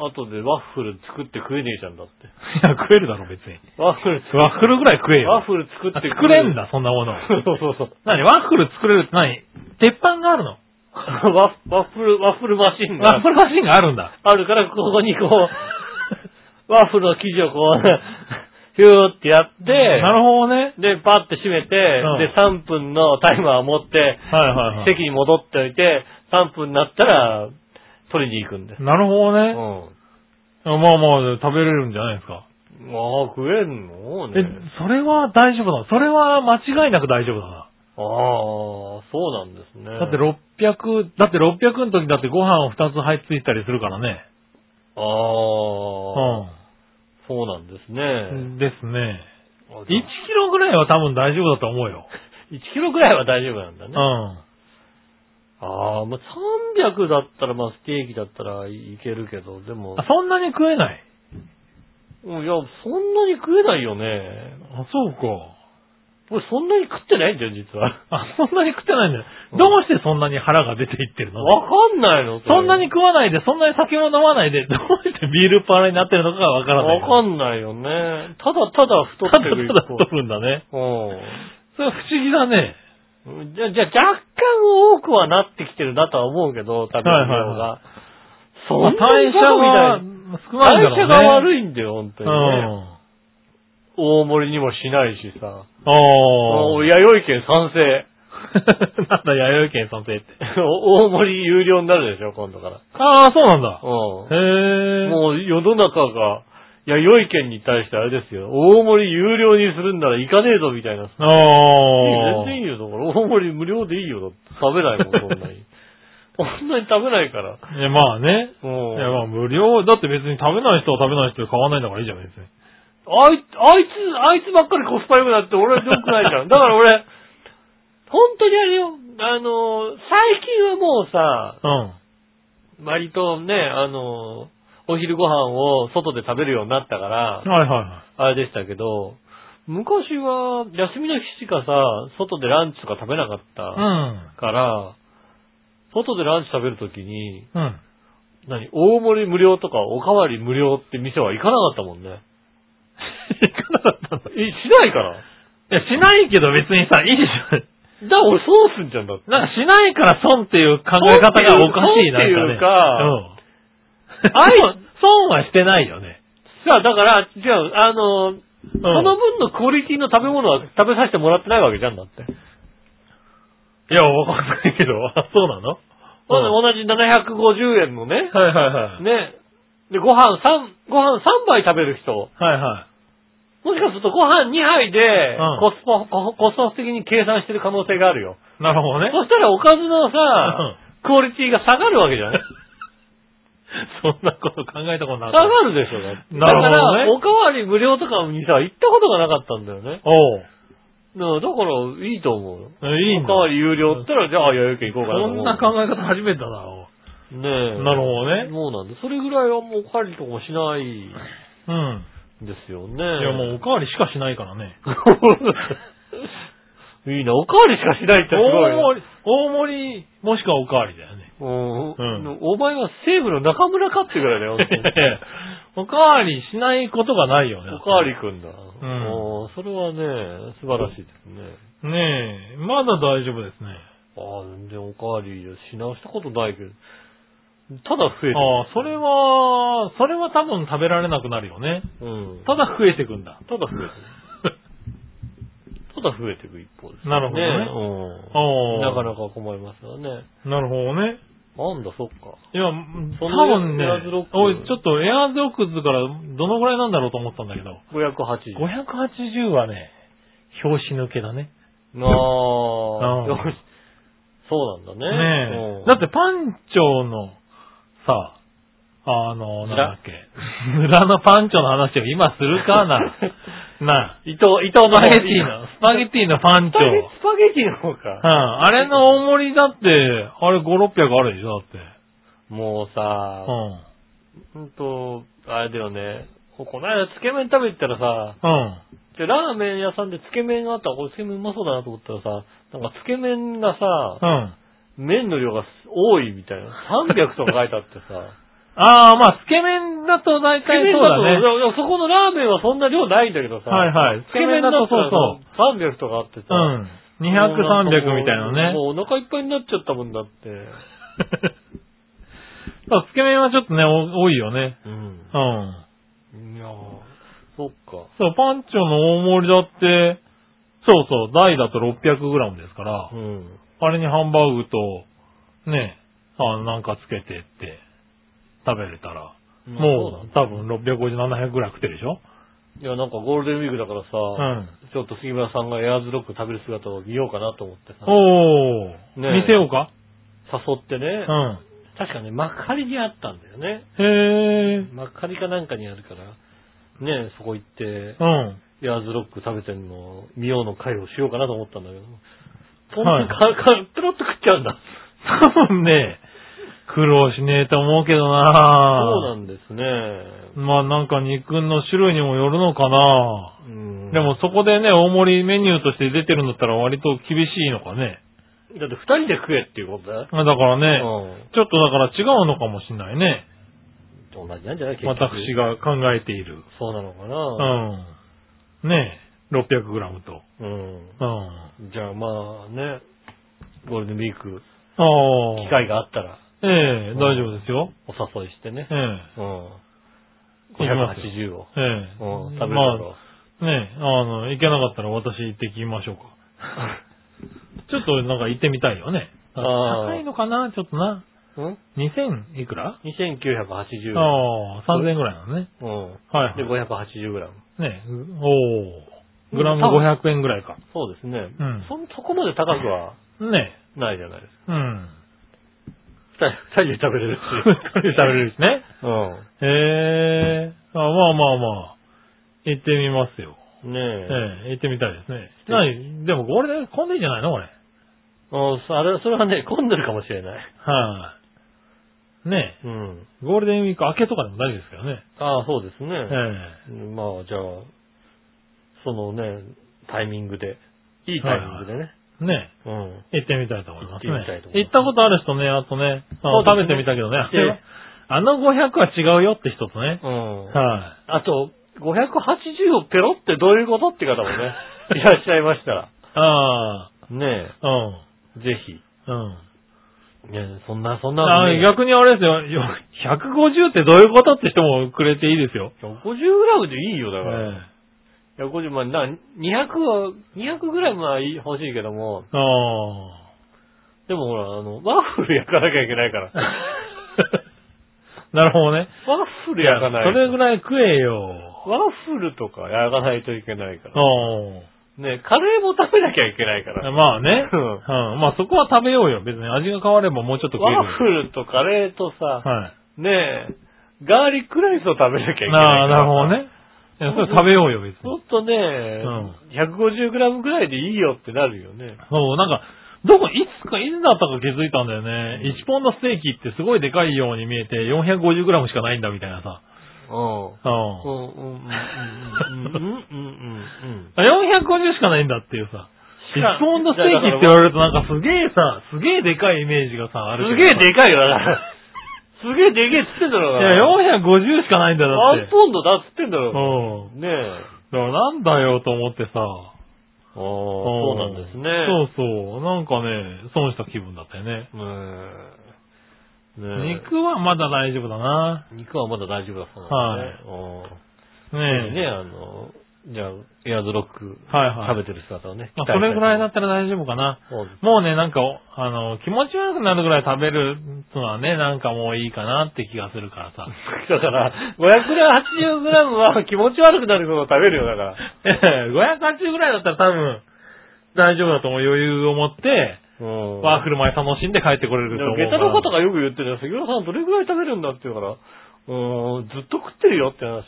うん。後でワッフル作って食えねえじゃんだって。いや、食えるだろ、別に。ワッフル作ワッフルぐらい食えよ。ワッフル作ってあ作れんだ。だ、そんなもの。 そうそうそう。何ワッフル作れるって何鉄板があるのワッワッフル、ワッフルマシンワッがフルマシンがあるんだ。あるから、ここにこう、 ワッフルの生地をこう、 ヒューってやって、なるほどね。で、パッて閉めて、うんで、3分のタイマーを持って、はいはいはい。席に戻っておいて、3分になったら、取りに行くんです。なるほうどね。ん。まあまあ、食べれるんじゃないですか。ああ、食えんのえね。、それは大丈夫だ。それは間違いなく大丈夫だな。ああ、そうなんですね。だって600、だって600の時だってご飯を2つ入っていたりするからね。ああ、そうなんですうね。ん。ですね。 1 1キロぐらいは多分大丈夫だと思うよ。キロぐらいは大丈夫なんだうね。ん。ああ、まあ、300だったら、まあ、ステーキだったらいけるけど、でもあ、そんなに食えない。うんいや、そんなに食えないよね。あ、そうか。俺、そんなに食ってないんだよ、実は。あ、そんなに食ってないんだよ。どうしてそんなに腹が出ていってるのわかんないのれそんなに食わないで、そんなに酒も飲まないで、どうしてビールパラになってるのかがわからない。わかんないよね。ただただ太ってるただただ太るんだね。それは不思議だね。うん。じゃ、じゃ、若干多くはなってきてるなとは思うけど、食べる量が。はいはいはそんまなあに代謝過去は少ないんみだたいろうね。代謝が悪いんだよ、本当うにん。ね。大盛りにもしないしさ。あお弥生県賛成。あ。 なんだ、弥生県賛成って。 お大盛り有料になるでしょ、今度から。ああ、そうなんだう。ん。へえ。もう世の中が、いや、良い県に対してあれですよ。大盛り有料にするんなら行かねえぞみたいな。ああ。全然いいよ、だから。大盛り無料でいいよ、だって。食べないもん、そんなに。そんなに食べないから。いや、まあね。いもうや、まあ無料、だって別に食べない人は食べない人で買わないんだからいいじゃん、別に。あい、あいつ、あいつばっかりコスパ良くなって俺は良くないじゃん。だから俺、本当にあれよ、あのー、最近はもうさ、うん。割とね、あのー、お昼ご飯を外で食べるようになったから、はいはいはあれでしたけど、昔は休みの日しかさ、外でランチとか食べなかったい。から、外でランチ食べるときに、うん。うん。何大盛り無料とかおかわり無料って店は行かなかったもん ね。いかなかったのえ、しないから。いや、しないけど別にさ、いいじゃん。だから俺そうすんじゃんだって。なんかしないから損っていう考え方がおかしいな、なんか損っていね。うかうん。あ損損はしてないよね。さあ、だから、じゃあ、あの、その分のクオリティの食べ物は食べさせてもらってないわけじゃんだって。いや、わかんないけど、あそうなのまずうん同じ750円のね、はいはいはい。ね、で、ご飯3、ご飯3杯食べる人。はいはもしかするとご飯2杯でうんコスパ、ココスパ的に計算してる可能性があるよ。い。なるほどね。そしたらおかずのうんさ、クオリティが下がるわけじゃないそんなこと考えたことな下かがった。るでしょだって。なるほどだねから、おかわり無料とかにさ、行ったことがなかったんだよね。おう。だから、いいと思うよ。えいいおんか。だわり有料って言ったら、じゃあ、弥生県行こうかなとそ思う。んな考え方初めてだな、おうねえ。なるほどねそうなんです。それぐらいはもうおかわりとかもしないんうん。ですよね。いや、もうおかわりしかしないからね。 う。いいな、おかわりしかしないってす大ごいな。盛り、大盛り、もしくはおかわりだよね。うんんお前は西部の中村かってぐらいだよ。 おかわりしないことがないよね。おかわりくんだ。んおーそれはね、素晴らしいですね。ねえ、まだ大丈夫ですね。ああ、全然おかわりし直したことないけど。ただ増えてるああ、それは、それは多分食べられなくなるよね。うん。ただ増えてくんだ。ただ増えてる。ただ増えていく一方です、なるほどねうんああなかなか困りますよね。なるほどね。なんだ、そっか。いや、多その分ねエアーズロッ、クおい、ちょっとエアーズロックズからどのぐらいなんだろうと思ったんだけど、 580。 580はね、表紙抜けだね。なあーうんよしそうなんだね。ねうんえ。だってパンチョのさ、あの、村なんだっけ。村のパンチョの話を今するか な。なあ、伊藤、伊藤スのパ話ゲティの、スパゲティのパンスチパョ。ゲスパゲティの方うか。ん。あれの大盛りだって、あれ5、600あるでしょだって。もうさ、うほんと、あれだよね。この間つけ麺食べに行ったらさ、ん。うん。でラーメン屋さんでつけ麺があったら、これつけ麺うまそうだなと思ったらさ、なんかつけ麺がうさ、ん。麺の量が多いみたいな。300とか書いてあってさ。ああ、まあ、つけ麺だと 大つけ体麺そうだだと、ね。いやそこのラーメンはそんな量ないんだけどさ。はいはいつけ麺だとそうそう。300とかあってさ。うん。200、300みたい なね。もうお腹いっぱいになっちゃったもんだって。まあつけ麺はちょっとね、お多いよね。うんう。ん。いやーそっか。そう、パンチョの大盛りだって、そうそう、大だと 600g ですからう、ん。あれにハンバーグと、ね、あのなんかつけてって、食べれたら、もう多分650、700ぐらい食ってるでしょう。いや、なんかゴールデンウィークだからさ、うん。ちょっと杉村さんがエアーズロック食べる姿を見ようかなと思ってさ、おー、ねえ見せようか誘ってうね、ん。確かね、幕張にあったんだよね。へー、幕張かなんかにあるから、ね、そこ行って、うん。エアーズロック食べてんのを見ようの会をしようかなと思ったんだけど、そんはいなか、か、ペロッと食っちゃうんだ。多分ね、苦労しねえと思うけどそうななんですね。まあなんか肉の種類にもよるのかなうんでもそこでね、大盛りメニューとして出てるんだったら割と厳しいのかね。だって二人で食えっていうことだよ。まあだからね、うんちょっとだから違うのかもしんないね。同じなんじゃない結局私。が考えている。そうなのかうな。ん。ねえ、600g と。うん。うん。あじゃあまあね、ゴールデンウィーク、あ。機会があったら、ええうん大丈夫ですよ。お誘いしてねえ。うん。行きます580を。えええうん、食べるだまあろねえ、あの、行けなかったら私行ってきましょうか。ちょっとなんか行ってみたいよね。あー高いのかなちょっとな。う。うん2000いくら ?2980 円。ああ、3000ぐらいなのね。うん。はいで、580グラム。ねえ、おおグラム500円ぐらいか。そうですね。うんそん、そこまで高くはねないじゃないですえ、うん。か。二人二人で食べれるし。食べれるしね。 うん。 へえあまあまあまあ、行ってみますよ。ねええ。え行ってみたいですね。何でもこれで混んでんじゃないのこれ。はい、うんそあれ、それはね、混んでるかもしれない。ねうん。え、ゴールデンウィーク明けとかでも大事ですけどね。ああ、そうですね。えまあ、じゃあ、そのね、タイミングで、いいタイミングでね。えねえ。うん。行ってみたいと思いますね。行ってみたいと思いま行すったことある人ね、あとね、あそうで食べすねてみたけどね、あでれあの500は違うよって人とね、うん。はあと、580をペロってどういうことって方も ね、いらっしゃいましたら。い。あねあ、うん、え、ぜひ。うん。ねえそんな、そんなあのね、逆にあれですよ、よ150ってどういうことって人もくれていいですよ。 150グラムでいいよ、だえから。え150、まあ、な、200は、200グラムはいい欲しいけども、ああ。でもほら、あの、ワッフル焼かなきゃいけない から。 なるほどワッね。フル焼かないと。それぐらい食えよ。ワッフルとか焼かないといけないから。うね、カレーも食べなきゃいけないから。ん。まあね。ううんん。まあそこは食べようよ。別に味が変わればもうちょっと食える。ワッフルとカレーとさ、はい。ねえ、ガーリックライスを食べなきゃいけないから。ああ、なるほど。ね。いやそれ食べようよ、別もに。っとね、ん 150g ぐらいでいいよってなるよね。そう、なんか、どこ、いつか、いつだったか気づいたんだよね。1ポンドステーキってすごいでかいように見えて、450g しかないんだ、みたいなさ。うん。う。うんんうんうんうんうんうんうん450しかないんだっていうさ。しか1ポンドステーキって言われるとなんかすげえさ、すげえでかいイメージがさ、あうん。するげえけどでかいよ、だから。すげえでけえっつってんだろ、いや、450しかないんだよ、だワンって。ポンドだっつってんだうろ。ん。ねえ。だからなんだよ、と思ってさ。ああ、そうなんですね。そうそう。なんかね、損した気分だったよね。うん。ねえ肉はまだ大丈夫だな。肉はまだ大丈夫だそうなんですね。ねうえ。んねえ、あの、じゃあ、エアーズロックはいはい食べてる姿をね。まあ、それぐらいだっったら大丈夫かな。そうですもうね、なんか、おあの、気持ち悪くなるぐらい食べるのはね、なんかもういいかなって気がするからさ。 だから、580グラムは気持ち悪くなることを食べるよ、だから。 580ぐらいだったら多分、大丈夫だと思う余裕を持って、うんワーフル前楽しんで帰ってこれでるとも思う下か駄ら。の方がよく言ってるよ。杉浦さんどれぐらい食べるんだって言うから、うーん、ずっと食ってるよって話。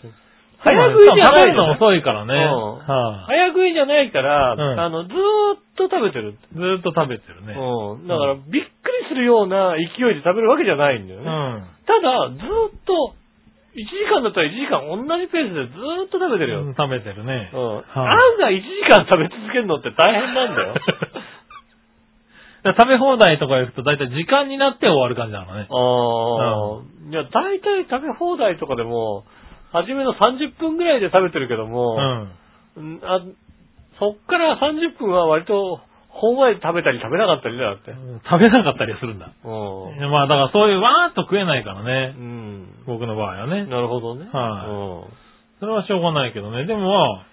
早早食食いいじじゃゃなないいの遅いからね。うんはい早食いじゃないから、うんあの、ずーっと食べてる。ずーっと食べてるね。うん。だから、びっくりするような勢いで食べるわけじゃないんだようね。ん。ただ、ずーっと、1時間だったら1時間同じペースでずーっと食べてるよ。食べてるね。うん。は案外1時間食べ続けるのって大変なん だよ。だから食べ放題とか行くと大体時間になって終わる感じなのね。ああ。いや、大体食べ放題とかでも、初めの30分ぐらいで食べてるけどうも、ん。うんあそっから30分は割と、ほんわり食べたり食べなかったりだって。食べなかったりするんだ。うん。まあだからそういうわーっと食えないからねう。ん。僕の場合はね。なるほどね。はそれはしょうがないけどね。でもまあ、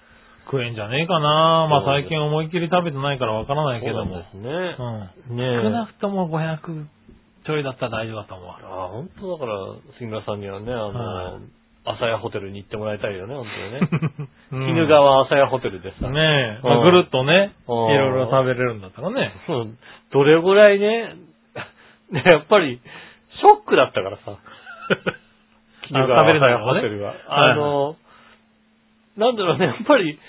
食えんじゃねえかな。まあそう最近思いっきり食べてないからわからない。いけそうなどんもで。すね。うん。ねえ。少なくとも500ちょいだったら大丈夫だと思うわ。ああ、本当だから、杉村さんにはね、あのはい、朝屋ホテルに行ってもらいたいよね、本 当にね。鬼鬼怒。川朝屋ホテルでさ。ねえ。うんまあぐるっとね、いうんろいろ食べれるんだったらね。うんどれぐらいね、 ね、やっぱり、ショックだったからさ。 あ食べれないのホねテルは。はいはいあの、なんだろうね、やっぱり、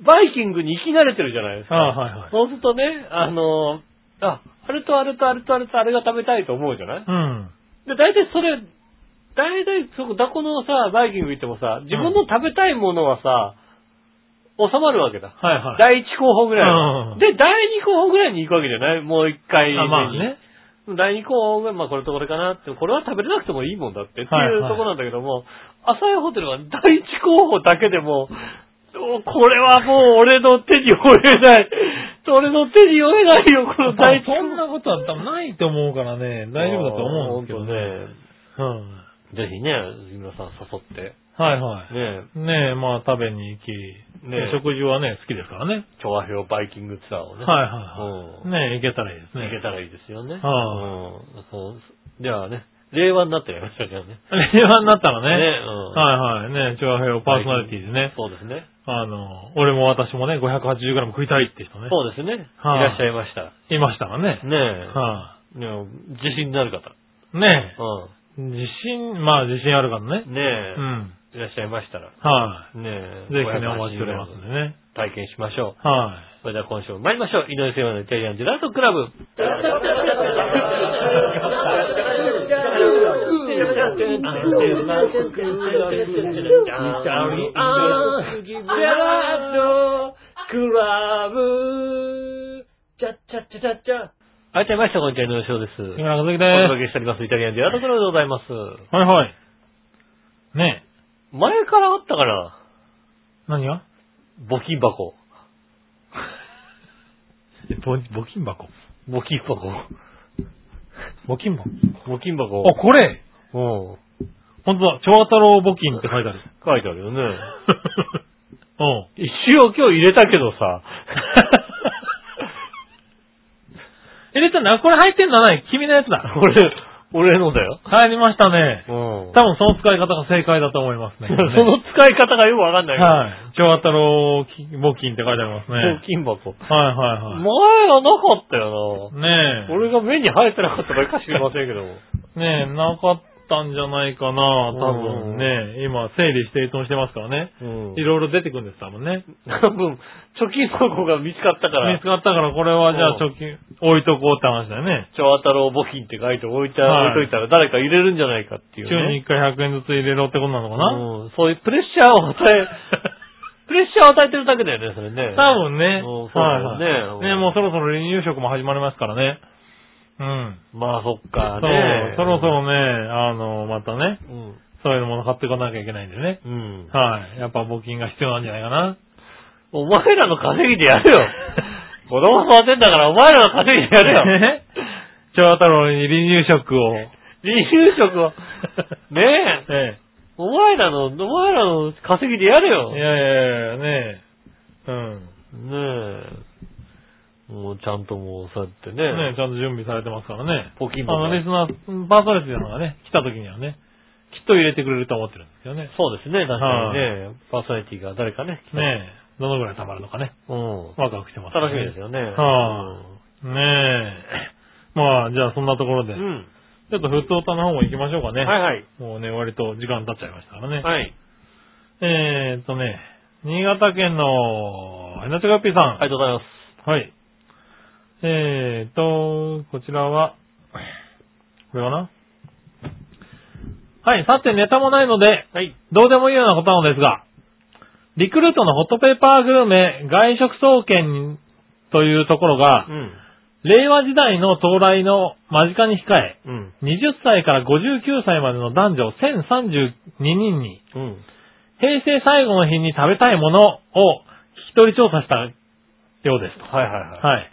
バイキングに生き慣れてるじゃないですか。ああはいはいそうするとね、あの、あ、あれとあれとあれとあれとあれが食べたいと思うじゃないうん。で、大体それ、大体そこ、ダコのさ、バイキング行ってもさ、自分の食べたいものはさ、収まるわけだ。はいは第い。一候補ぐらいは、うんで、第二候補ぐらいに行くわけじゃないもう一回目あに。まあね。第二候補が、まあこれとこれかなって、これは食べれなくてもいいもんだってっていうはいはいところなんだけども、朝屋ホテルは第 一候補だけでも、おこれはもう俺の手に負えない。俺の手に負えないよ、このまあ第一候補そんなことは多分ないと思うからね、大丈夫だと思うんですけどね。うん。ぜひね、杉村さん誘って、はいはい。ね、ねえ、まあ食べに行き、ねえ食事はね、好きですからね。調和表バイキングツアーをね、はいはいはうい。んねえ、行けたらいいですね。行けたらいいですよね。はうんそうじゃあね、令和になってやりましょうじゃあね。令和になったらね。ねうんはいはい。ね、調和平パーソナリティでね。そうですね。あの、俺も私もね、580g 食いたいって人ね。そうですね。いはいらっしゃいましたら。いましたらね。ねえ。はねえ自信のある方。い。ねうえ。自信、まあ自信あるからね。ん。ねえう。ん。いらっしゃいましたら。ねはえい。。ぜひね、お待ちしておりますんでね。体験しましょう。はそれでは今週も参りましょう。井上聖和のイタリアンジェラートクラブ。はい、どうもみなさんこんにちは、井上翔です。い。木村和之おで届けしております、イタリアンジェラートクラブでございます。す。はいはい。ねえ。前からあったかな何が募金箱。えぼ募金箱。募金箱。募金箱。募金箱。あ、これうん。ほんとだ、長太郎募金って書いて ある。書いてあるよね。うん。一応今日入れたけどさ。 入れたんだ。あこれ入ってんだない。君のやつだ。俺、俺のだよ。入りましたね。うん多分その使い方が正解だと思いますね。 その使い方がよくわかんないけど。はい。長太郎募金って書いてありますね。送金箱。はいはい前はい。はなかったよねな。え。 俺が目に生えてなかったからか知りませんけども。ねえ、なかったんじゃないかな。多う分んね。今、整理整頓してますからね。うんいろいろ出てくるんです、多分ね。多分、貯金箱が見つかったか見らつ、かったから、これはじゃあ貯金、置いとこうって話だよね。長太郎募金って書いて置いた、はい置いといたら誰か入れるんじゃないかってい週う、にね。 1回100円ずつ入れろってことなのかな。うんそういうプレッシャーを与 え、プレッシャーを与えてるだけだよね、それね。多分ね。うんそうだよねはいはいね、うんもうそろそろ離乳食も始まりますからね。うん。まあそっそかう、ね。そろそろね、あの、またね、うん。そういうもの買っていかなきゃいけないんでね。うん。はい。やっぱ募金が必要なんじゃないかな。お前らの稼ぎでやれ よ。 子供育てんだからお前らの稼ぎでやれよ。 ね長太郎に離乳食を。離乳食 を。ねえ。えお前らの、お前らの稼ぎでやれえ。いやよ。いねやいや、ねえ。うん。え。もうちゃんともうそうやってねね。えちゃんと準備されてますからね。募金あの、箱。リスナー、パーソナリティのがね、来た時にはね、きっと入れてくれると思ってるんですけどね。そうですね、確かにね。パーソナリティが誰かね。来たらねえ、どのぐらい貯まるのかね。うん。ワクワクしてます、楽しみですよね。はいねえ。まあ、じゃあそんなところで、うん。えちょっと普通歌の方も行きましょうかね。はいはい。もうね、割と時間経っちゃいましたからね。はい。えーっとね、新潟県の、えなちがっぴーさん。ありがとうございます。はい。えーと、こちらは、これかなはい、さてネタもないので、はい。どうでもいいようなことなのですが、リクルートのホットペーパーグルメ外食総研というところがう、ん。令和時代の到来の間近に控え、うん。 20歳から59歳までの男女1032人に、うん。平成最後の日に食べたいものを聞き取り調査したようですと。はいはいはい。はい。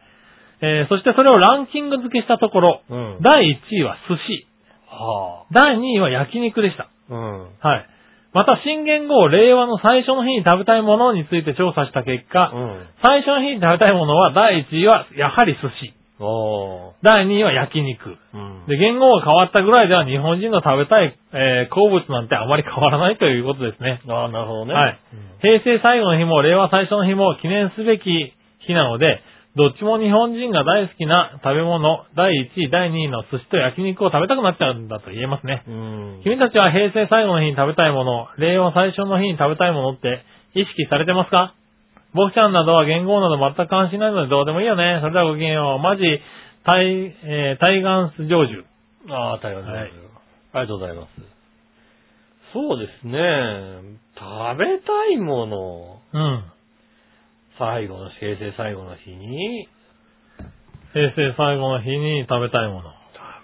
えー、そしてそれをランキング付けしたところ、うん。第1位は寿司、は第2位は焼肉でした。あ。うん。はい。また新元号令和の最初の日に食べたいものについて調査した結果、うん。最初の日に食べたいものは第1位はやはり寿司、おー。第2位は焼肉。うん。で、元号が変わったぐらいでは日本人の食べたい、えー好物なんてあまり変わらないということですね。ああ、なるほどね。はい平成最後の日も令和最初の日も記念すべき日なので、どっちも日本人が大好きな食べ物、第1位、第2位の寿司と焼肉を食べたくなっちゃうんだと言えますね。うん。君たちは平成最後の日に食べたいもの、令和最初の日に食べたいものって意識されてますか僕ちゃんなどは言語など全く関心ないのでどうでもいいよね。それではごきげんよう。マジ、タイ、えー、タイガンス成就。ああ、大変です、はいありがとうございます。そうですね。食べたいもの、うん。最後の、平成最後の日に、平成最後の日に食べたいもの。はい、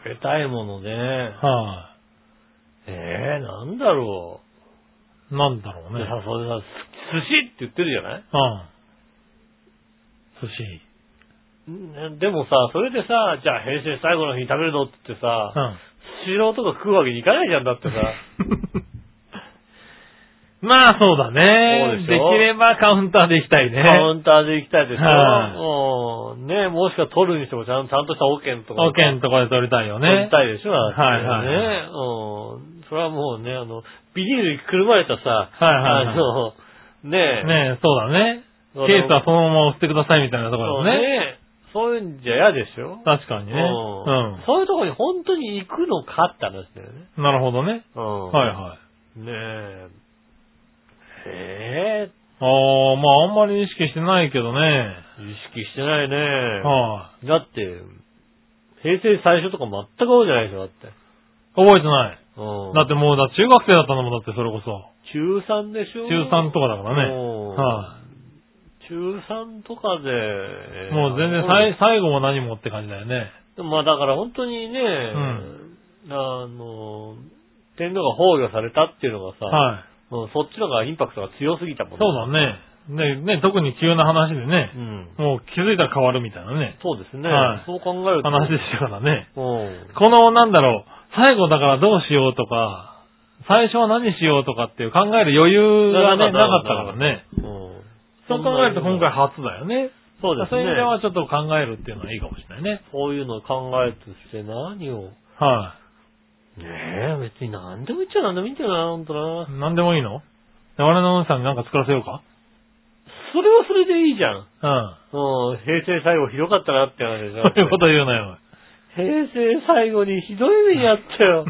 食べたいものね。ええー、なんだろなんだろうう。ね。でさ、それさ、す寿司って言ってるじゃないうん。寿司。んでもさ、それでさ、じゃあ平成最後の日に食べるのって言ってさ、うん。素人が食うわけにいかないじゃんだってさ。 まあそうだね。そうででしょきればカウンターで行きたいね。カウンターで行きたいでしょ、はいもう、ね、もしくは取るにしてもちゃんちゃんとしたオケンとか。オーケンとかで取りたいよ取ねり。たいでしょ、だってはいはいね。うん。それはもうね、あの、ビニールにくるまれたさ、はいはいはいあの、ねえ。ねえ、そうだね。あのケースはそのまま押してくださいみたいなとこそろうだよね。ね。そういうんじゃ嫌でしょ確かにね。ううんん。そういうとこに本当に行くのかって話だよね。なるほどね。うん。はいはい。ねえ。えああ、まああんまり意識してないけどね。え意識してないね。はい、だって、平成最初とか全く多いじゃないでしょ、だって。覚えてない。うん。だってもうだ、中学生だったのもんだってそれこそ。中3でしょ中3とかだからね。うんは中3とかで、えーもう全然最最後も何もって感じだよね。まあだから本当にね、んあの、天皇が崩御されたっていうのがさ、はい。うんそっちの方がインパクトが強すぎたもんそうだね。ね、ね、特に急な話でねう、ん。もう気づいたら変わるみたいなね、そうですね。はいそう考えると。話でしたからね。うん。この、なんだろう、最後だからどうしようとか、最初は何しようとかっていう考える余裕がね、なかったからね。。うん。そう考えると今回初だよね。そうですね。そういう意味ではちょっと考えるっていうのはいいかもしれないね。そういうのを考えとして何を。はねえ、別に何でもいいっちゃ何でもいいんだよな、ほんとな。い。なんでもいいの我々のお姉さんに何か作らせようかそれはそれでいいじゃん。うん。うん、平成最後ひどかったなって話でしょ。そういうこと言うなよ。平成最後にひどい目にあった よ。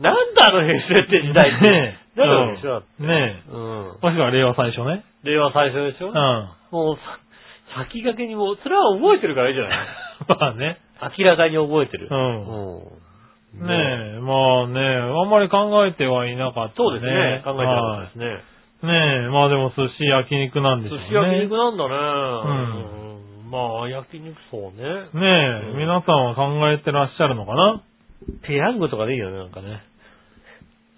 なんだあの平成 って時代って。ねえだからでしょ。え。ねうんえ。。もしくは令和最初ね。令和最初でしょうん。。まもうさ、先駆けにもう、それは覚えてるからいいじゃ ない。あね。明らかに覚えてる。うんうん。え。ねえ、まあね、あんまり考えてはいなかった、ね。そうですね。考えてなかったですね。はいねえ、まあでも寿司焼肉なんで寿しょうね。司焼肉なんだね。んうん。まあ、焼肉そうね。ねえ、うん皆さんは考えてらっしゃるのかなペヤングとかでいいよね、なんかね。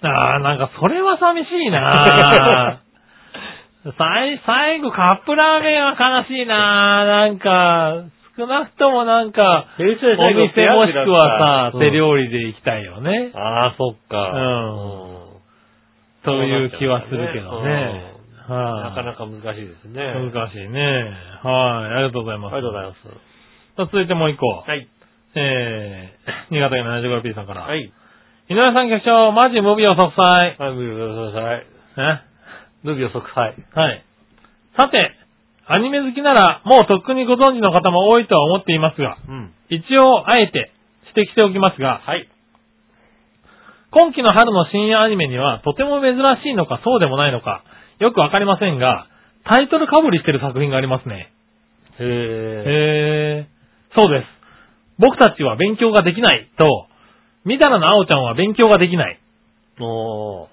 ああ、なんかそれは寂しいな 最、最後カップラーメンは悲しいななんか、少なくともなんか、平お成最後ペ店ヤンもグしくだったはさ、うん手料理で行きたいよね。ああ、そっか。うんうんという気はするけどね。はい、なかなか難しいですね。難しいね。はい、ありがとうございます。ありがとうございます。さあ続いてもう一個。はい。えー、新潟県の 75P さんから。はい。井上さん局長、マジ無病息災。はい、無病息災。ね無病息災。はい。さて、アニメ好きなら、もうとっくにご存知の方も多いとは思っていますが、うん。一応、あえて、指摘しておきますが、はい。今期の春の深夜アニメにはとても珍しいのかそうでもないのか、よくわかりませんが、タイトルかぶりしてる作品がありますね。へへー。そうです。僕たちは勉強ができないと、みだらな青ちゃんは勉強ができない。ー。お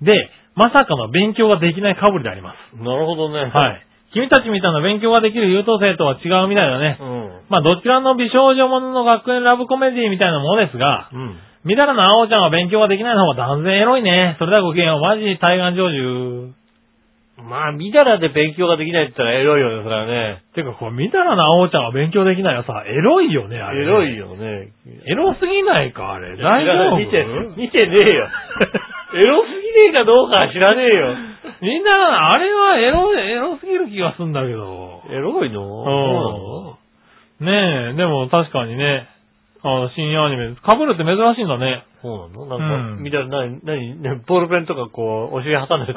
で、まさかの勉強ができないかぶりであります。ー。なるほどね。はい。君たちみたいな勉強ができる優等生とは違うみたいだねう。ん。まあ、どちらの美少女ものの学園ラブコメディみたいなものですが、うん。みだらな青ちゃんは勉強ができないの方が断然エロいね。それではごきげんよう。マジ対岸上流。まあ、みだらで勉強ができないって言ったらエロいよね、それはね。てか、これ、みだらな青ちゃんは勉強できないはさ、エロいよね、あエれ。ロい。よね。エロすぎないか、あれ。大丈夫見て、見てねえ よ。エロすぎねえかどうかは知らねえよ。みんな、あれはエロ、エロすぎる気がするんだけど。エロいのそねえ、でも確かにね、あの、深夜アニメ、被るって珍しいんだ ね。うなのそうなのなんうか、んみたいな、なに、なに、ボールペンとかこう、お尻 挟んでそる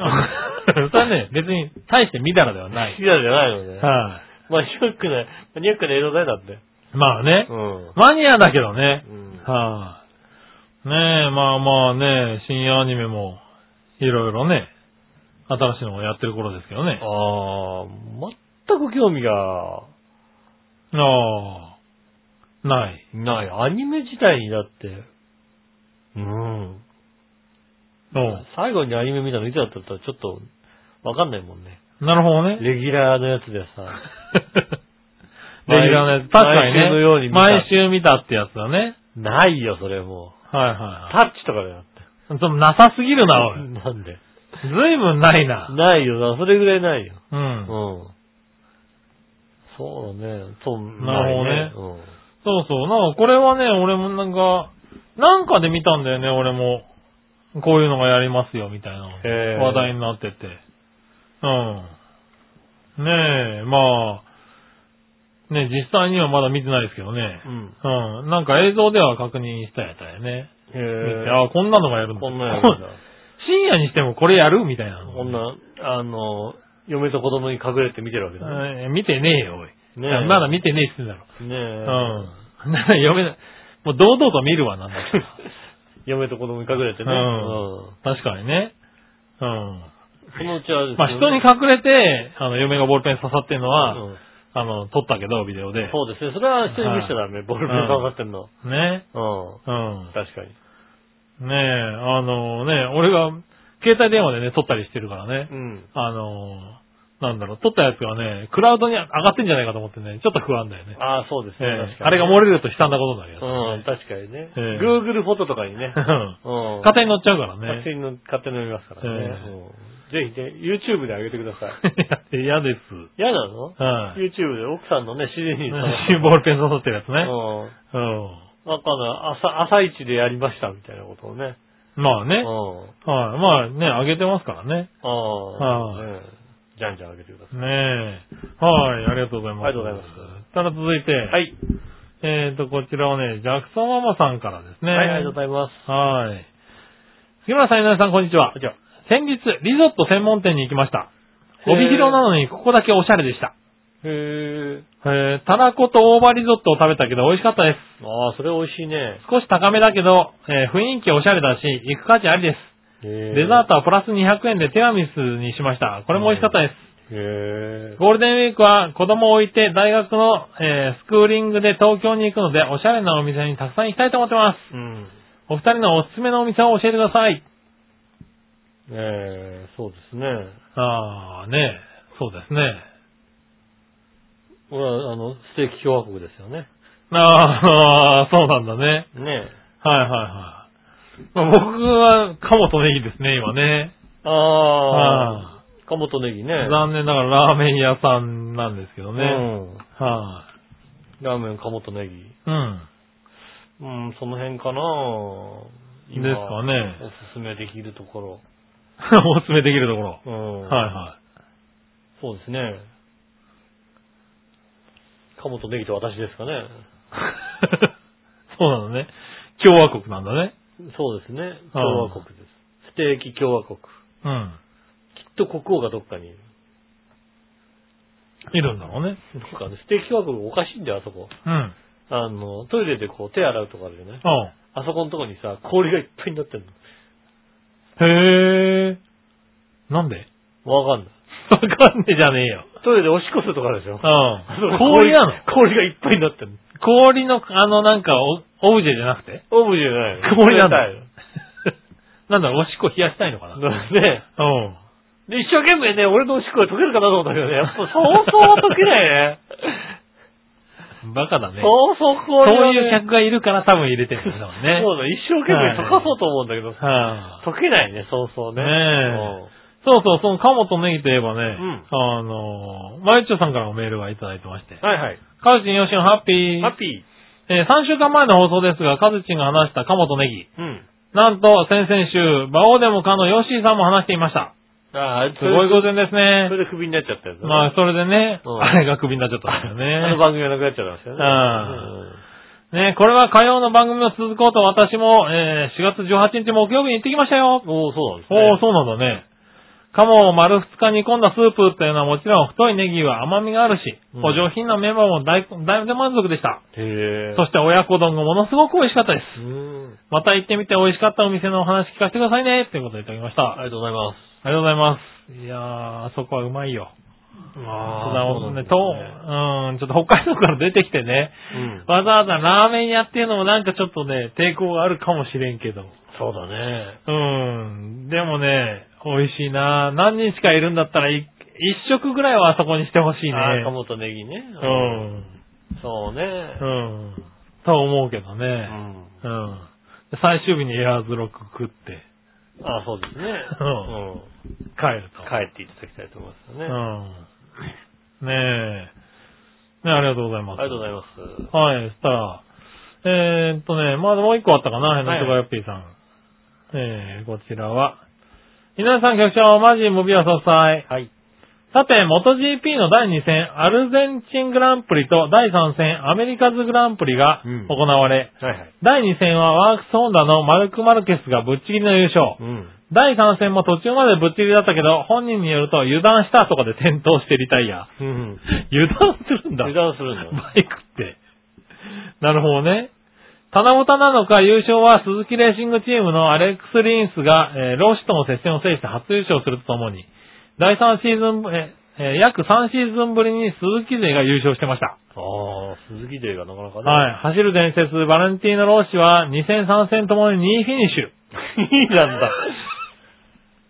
れはね、別に、大してみだらではない。好きなんじゃないのね。はまあ、ニュックな、ニュックなエロだよ、だって。い。まあねう、ん。マニアだけどね。うんはい、ねえ、まあまあね、深夜アニメも、いろいろね、新しいのをやってる頃ですけどね。ああ、全く興味がああ、ない。ない。アニメ自体にだって、うん。お最後にアニメ見たのいつだったかちょっと、わかんないもんね。うなるほどね。レギュラーのやつでさ。 レギュラーのやつ。確かにね。毎週のように見た毎週見たってやつだね。ないよ、それも。はいはいうはタッチとかだよ。い。でもなさすぎるな、お い。なんでずいぶんないな。ないよな、それぐらいないよ。う。うんん。そうだね。そう、なるほどね。そうそう。なんかこれはね、俺もなんか、なんかで見たんだよね、俺も。こういうのがやりますよ、みたいなへー話題になってて。うん。ねえ、まあ、ね実際にはまだ見てないですけどね。うん。うん。なんか映像では確認したやったよね。へ見えて、あこんなのがやるんだ。こんなんやるんだ。 深夜にしてもこれやるみたいなの。こんな、あの、嫁と子供に隠れて見てるわけだね。えー見てねえよ、おい。ねえまだ見てねえって言ってんねだえ。ろ。うん。 な読めない。もう堂々と見るわ、なんだっ たら 嫁と子供に隠れてね。うんうん確かにね。うん。そのうちはですねまあ人に隠れて、あの、嫁がボールペン刺さってるのは、うんあの、撮ったけど、ビデオで。そうですね。それは人に見せちゃダメ。ボールペン刺さってんの。ね。ううんん。。確かに。ねえ、あのね、俺が、携帯電話でね、撮ったりしてるからねう。ん。あの、なんだろう、撮ったやつがね、クラウドに上がってんじゃないかと思ってね、ちょっと不安だよね。ああ、そうですえね。え確かにあれが漏れると悲惨なことになるやつ。うん、確かにね。ええ Google フォトとかに ね。うん。勝手に乗っちゃうから勝ね。手にの勝手に飲みますからねええ。うんぜひね、YouTube で上げてくださ い。嫌です。嫌なのはい。 ?YouTube で奥さんのね、指示に さ。ボールペン刺さってるやつね。うん。わかんうない。朝、朝一でやりましたみたいなことをね。ん。まあうね。ん。はい。まあね、あげてますからね。ああ。はねじゃんじゃん上げてください。ねえ。はい。ありがとうございます。ありがとうございます。ただ続いて、はい。えっ、と、こちらはね、ジャクソンママさんからですね。はい、ありがとうございます。はい。杉村さん、井上さん、こんにちは。こんにちは先日、リゾット専門店に行きました。へー帯広なのに、ここだけおしゃれでした。へえ。えー、たらこと大葉リゾットを食べたけど美味しかったです。ああ、それ美味しいね。少し高めだけど、えー雰囲気おしゃれだし、行く価値ありです。へえデザートはプラス200円でティラミスにしました。これも美味しかったです。へえ。ゴールデンウィークは子供を置いて大学の、えースクーリングで東京に行くのでおしゃれなお店にたくさん行きたいと思ってます。うん。お二人のおすすめのお店を教えてください。ええ、そうですね。あーね、そうですね。俺は、あの、ステーキ共和国ですよね。あー、そう なんだね。ねえ。はいはいはい。まあ、僕はカモとネギですね、今ね。ああ。はかもとネギね。い残念ながらラーメン屋さんなんですけどね。うん。はラーメン、かもとネギ。い、うん。うん、その辺かな今ですかね おすすめできるところ。おすすめできるところ。うん。はいはい。 そうですね。かもとネギと私ですかね。そうなのね。共和国なんだね。そうですね。共和国です。ステーキ共和国。きうん。っと国王がどっかにいる。いるんだろうね。なんかね、ステーキ共和国おかしいんだよ、あそこ。うん。あの、トイレでこう手洗うとかあるよね。うん。あそこのとこにさ、氷がいっぱいになってるへー。なんでの。わかんない。 わかんねえじゃねえよ。トイレでおしっこするとかあるでしょ。あ そこうん。氷なの氷がいっぱいになってるの。氷の、あの、なんかオ、オブジェじゃなくてオブジェじゃないの。氷なんだ冷たいの。 なんだろう、おしっこ冷やしたいのか なね。うん。で、一生懸命ね、俺のおしっこが溶けるかなと思ったけどね、やっぱそうそう溶けないね。バカ だね。そうそうそう氷はね、いう客がいるから多分入れてるんだもんね。そうだ、一生懸命溶かそうと思うんだけど、は溶けないね、そうそうね。ねえそうそう、その、カモとネギといえばね、んあの、マユッチョさんからもメールがいただいてましてうん。はいはい。カズチン、ヨシオン、ハッピー。ハッピー。えー3週間前の放送ですが、カズチンが話したカモとネギ。うん。なんと、先々週、馬王でもかのヨッシーさんも話していました。ああ、すごいこと偶然ですそね。れでクビになっちゃったやつだねまあ、それでね、うんあれがクビになっちゃったんですよ あのね。番組がなくなっちゃったんですよね。うんね、これは火曜の番組を続こうと私も、えー4月18日木曜日に行ってきましたよ。うん。おー、そうなんですね。おー、そうなんだね。鴨を丸2日煮込んだスープっていうのはもちろん太いネギは甘みがあるし、うんお上品なメンバーも大大で満足でした。へえ。そして親子丼がものすごく美味しかったです。うーん。また行ってみて美味しかったお店のお話聞かせてくださいね。ということでいただきました。あありがとうございます。りがとうございます。いやー、あそこはうまいよ。あそんなね、と、うん、ちょっと北海道から出てきてね、うん。わざわざラーメン屋っていうのもなんかちょっとね、抵抗があるかもしれんけど。そうだね。うん。でもね、美味しいな何人しかいるんだったら、い一食ぐらいはあそこにしてほしいね。あー、鴨とネギね。ううん。そうね。うん。と思うけどうね。ん。うん。最終日にエアーズロック食ってあー、そうですね。ううんん。帰ると。帰っていただきたいと思いますよね。あうん。ねえ。ねありがとうございまりす。がとうございます。はい、そしたら、えー、っとね、まだもう一個あったかな、ヘナチョコヨッピーさん。えー、こちらは。皆さん局長、マジムビア総裁。はい。さて、元 GP の第2戦、アルゼンチングランプリと第3戦、アメリカズグランプリがうん行われ、はいはい。第2戦はワークスホンダのマルク・マルケスがぶっちぎりの優勝。うん。第3戦も途中までぶっちぎりだったけど、本人によると油断したとかで転倒してリタ イア。うん。油断するんだ。油断するんだ。 バイクって。なるほどね。棚ぼたなのか優勝は鈴木レーシングチームのアレックス・リンスが、えーローシとの接戦を制して初優勝するとともに、第3シーズンぶ、えーえー約3シーズンぶりに鈴木勢が優勝してました。ああ、鈴木デーがなかなかね。はい。走る伝説、バレンティーノ・ローシは2戦3戦ともに2位フィニッシ ュ。いいなんだ。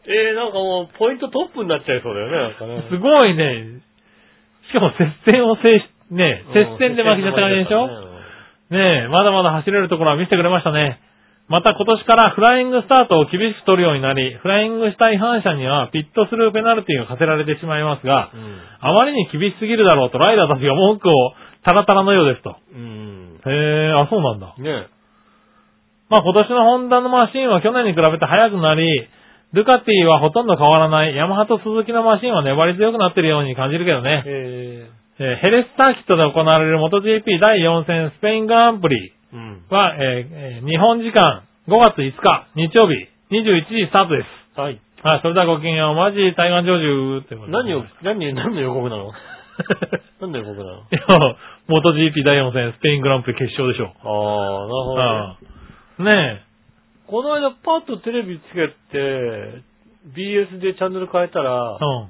えー、なんかもう、ポイントトップになっちゃいそうだよね、なんかね。すごいね。しかも接戦を制し、ね、接戦で負けちゃった感じでしょ、ねえ、まだまだ走れるところは見せてくれましたね。また今年からフライングスタートを厳しく取るようになり、フライングした違反者にはピットするペナルティが課せられてしまいますがう、ん。あまりに厳しすぎるだろうとライダーたちが文句をタラタラのようですと。うん。ねへえ、あ、そうなんだ。え。まあ今年のホンダのマシンは去年に比べて速くなり、ドゥカティはほとんど変わらない、ヤマハとスズキのマシンは粘り強くなってるように感じるけどね。ええーヘレスターキットで行われる MotoGP 第4戦スペイングランプリ。ー、うん。は、えーえー日本時間5月5日日曜日21時スタートです。はい。はい、それではごきげんよう。マジ対岸上州ってことで何をい、何、何の予告なの何の予告なのや、モト GP 第4戦スペイングランプリ決勝でしょああ、なるう。ほど、ね。うん。ねこの間、パッとテレビつけて、BS でチャンネル変えたらえ。、うん。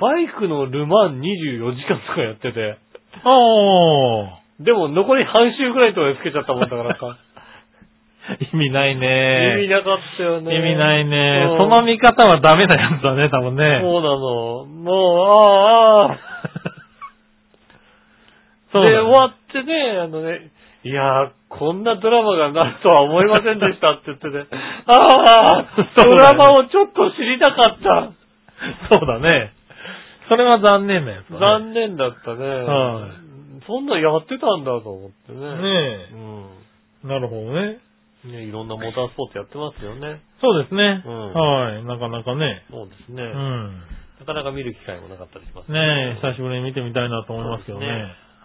バイクのルマン24時間とかやってて、おー。でも残り半周ぐらいとかでつけちゃったもんだから さ、意味な意い味ねなかったよね。意味ないねうんその見方はダメなやつだね、多分ね。そうなの。もう、ああ、ああ。 そうだねで、終わってね、あのね、いやー、こんなドラマがなるとは思いませんでしたって言ってね、ああ、 そドうラだねマをちょっと知りたかった。そうだね。それは残念なやつだね。残念だったね。はいそんなんやってたんだと思ってね。ねえ。なるほどね。うん。ねいろんなモータースポーツやってますよね。そうですね。うんはい。なかなかね。そうですね。うん。なかなか見る機会もなかったりしますねえ、久しぶりに見てみたいなと思いますけどね。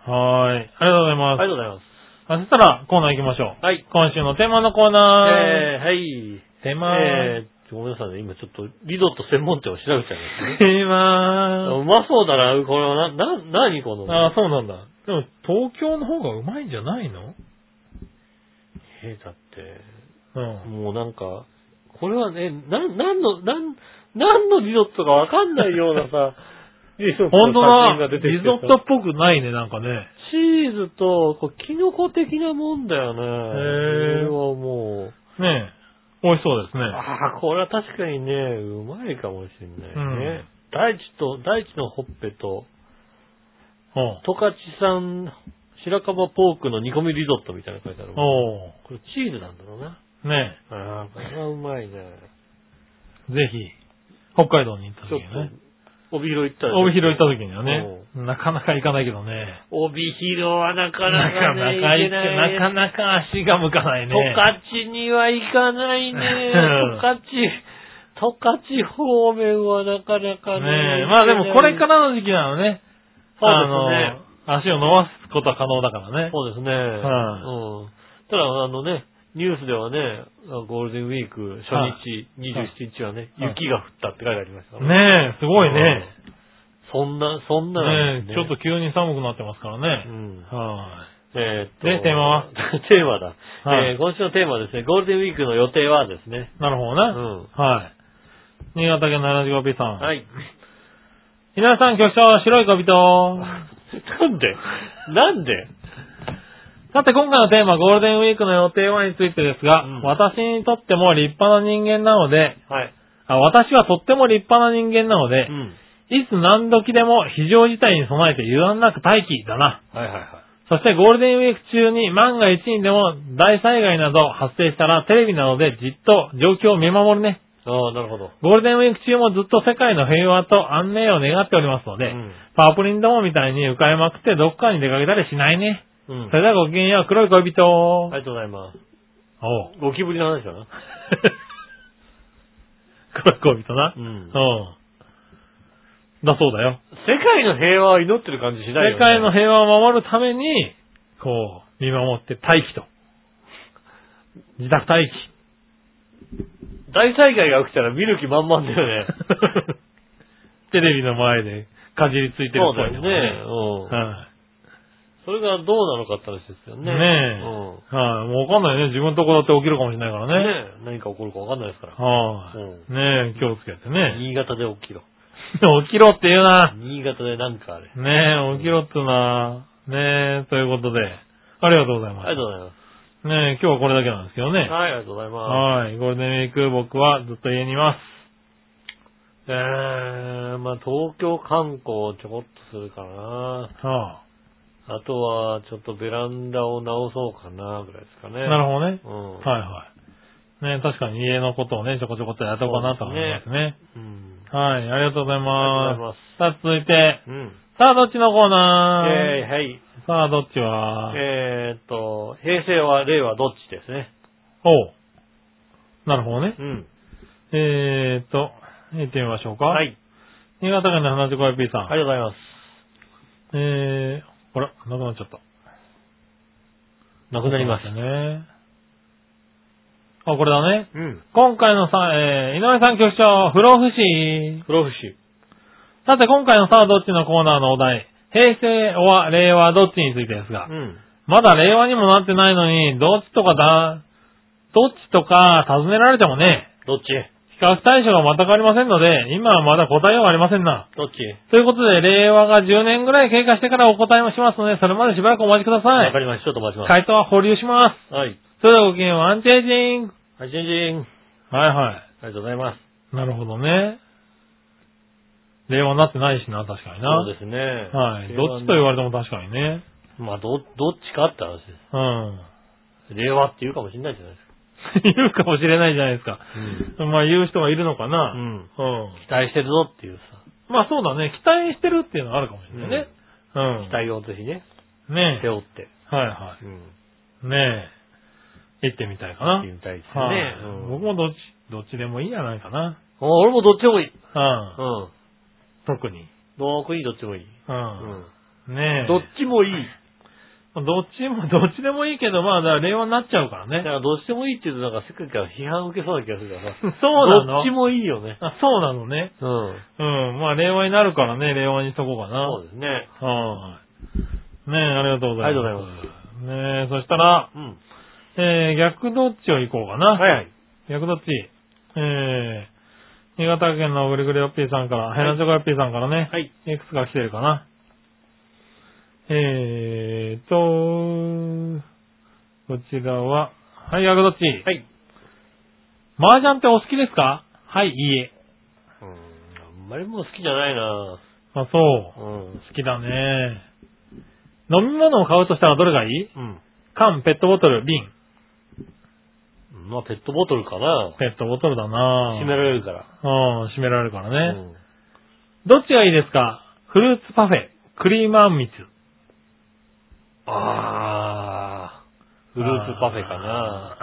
そうではーい。ありがとうございます。ありがとうございます。あそしたら、コーナー行きましょう。はい。今週のテーマのコーナー。えーはい。テーマ、えーっごめんなさいね、今ちょっとリゾット専門店を調べちゃいました ね。今うまそうだな、これはな、な、なにこの。 ああ、そうなんだ。でも、東京の方がうまいんじゃないのえーだっうんて、。もうなんか、これはね、な、なんの、なん、なんのリゾットかわかんないようなさ、リゾット本当のだ。作品が出てきてリさゾットっぽくないね、なんかね。チーズと、こう、キノコ的なもんだよね。へーこれはもう、ねえ。美味しそうですね。ああ、これは確かにね、うまいかもしれないね。うん大地と、大地のほっぺと、おう十勝産白樺ポークの煮込みリゾットみたいなの書いてある。こおうれチーズなんだろうな。ねああ、これはうまいね。え。ぜひ、北海道に行ったち時ょにっ。ねと、帯広行ったら帯広行った時にはね。なかなか行かないけどね。帯広はなかななかかね、なか行行けって、ないなかなか足が向かないね。十勝には行かないね。うん十勝、十勝方面はなかなかね。、ねえ。まあでもこれかららの時期なのね。あのそうですね。足を伸ばすことは可能だからね。そうですね。はいうん。ただ、あのね、ニュースではね、ゴールデンウィーク初日、27日はね、はい雪が降ったって書いてありましたからねえ、すごいね。そんな、そんななんねですえ、ちょっと急に寒くなってますからうね。ん。はえーっと。でテーマは テーマだ。はいえー今週のテーマはですね、ゴールデンウィークの予定はですね。い。なるほどうな。ん。はい。新潟県 75P さん。。はいい。皆さん、局長、白い小人。なんでなんでさて、今回のテーマ、ゴールデンウィークの予定はについてですが、うん私にとっても立派な人間なので、はい。あ私はとっても立派な人間なのでう、ん。いつ何時でも非常事態に備えて油断なく待機だな。はいはいはい。そしてゴールデンウィーク中に万が一にでも大災害など発生したらテレビなどでじっと状況を見守るね。ああ、なるほど。ゴールデンウィーク中もずっと世界の平和と安寧を願っておりますので、うんパープリンドームみたいに浮かれまくってどっかに出かけたりしないね。うん。それではごきげんよう、黒い恋人。ありがとうございます。おうゴキブリの話だな。黒い恋人な。うんうん。だそうだよ。世界の平和を祈ってる感じしないよね。世界の平和を守るために、こう、見守って待機と。自宅待機。大災害が起きたら見る気満々だよね。 テレビの前でかじりつい てるそうっぽだいよのね。うん。はい。それがどうなのかって話ですよね。ねえはい。もうわかんないね。自分のとこだって起きるかもしれないかうん。らね。ねえ。何か起こるかわかんないですから。はい。ねえ、気をつけてね。新潟で起 きろ。起きろって言うな。新潟でなんかあれ。ねえ、起きろってな。ねえ、ということで、ありがとうございまありがしとうございます。た。ねえ、今日はこれだけなんですけどね。はい、ありがとうございまはい。ゴールデンウィーク僕はずっと家にいます。す。えー、まあ東京観光をちょこっとするかな。はあ、あとは、ちょっとベランダを直そうかな、ぐらいですかね。なるほどね。ほど。うん。い。はいはい。ね確かに家のことをね、ちょこちょこっとやっておこうかなと思いますね。うん。はい、ありがとうございありがとうま。ございますさあ、続いて、うん。さあ、どっちのコえーー、ナーはい。さあ、どっちは、えーっと、平成は令和どっちですね。おう。なるほどね。うん。えーっと、行ってみましょうか。はい。新潟県の花子 IP さん。ありがとうございます。えー、ほら、なくなっちゃった。なくなりました。ね。あ、これだね。うん。今回のさ、えー、井上さん局長、不老不死。不老不死。さて、今回のさあどっちのコーナーのお題、平成は令和どっちについてですがう、ん。まだ令和にもなってないのに、どっちとかだ、どっちとか尋ねられてもね、どっち比較対象が全くありませんので、今はまだ答えようがありませんな。どっちということで、令和が10年ぐらい経過してからお答えもしますので、それまでしばらくお待ちくださわいか。りました。ちょっとお待ちします。回答は保留します。はい。それではごきげんようアンチエイジング。はい、じんじん。はいはありがとうございます。い。なるほどね。令和になってないしな、確かにな。そうですね。はい。どっちとう言われても確かにね。まあ、ど、どっちかって話でうん。す。令和って言うかもしれないじゃないですか。言うかもしれないじゃないですか。まあ言う人がいるのかうな。ん。うん。期待してるぞっていうさ。まあそうだね。期待してるっていうのはあるかもしれないね。うん。期待をぜひね、ね背負って。え。はいはうん。い。ねえ。行ってみたいかな。言いたいですよはいね。うん僕もどっち、どっちでもいいんじゃないかあな。俺もどっちでもいい。うん。うん。特に。どうもいい、どっちもいい。う。うんん。ねえ。どっちもいい。どっちも、どっちでもいいけど、まあ、だから令和になっちゃうからだかね。らどうしてもいいって言うとなんか世界から批判を受けそうな気がするからさ。そうなどのっちもいいよね。あそうなのね。うん。うん。まあ、令和になるからね、令和にしとこうかな。そうですね。はい。ねえ、ありがとうございありがとます。うございます。ねえ、そしたら、うん。えー、逆どっちを行こうかな。はいはい。逆どっち。えー、新潟県のぐりぐりよっぴーさんから、ヘナチョコよっぴーさんからね、はい。いくつか来てるかな。えーと、こちらは、はい、逆どっち。はい。麻雀ってお好きですかはい、いいえ。うん。あんまりもう好きじゃないなあ、そう。うん。好きだね。飲み物を買うとしたらどれがいいうん。缶、ペットボトル、瓶。まあペットボトルかなペットボトルだな閉められるから。うん、閉められるからね。うんどっちがいいですかフルーツパフェ、クリームあんみつ。あー。フルーツパフェかな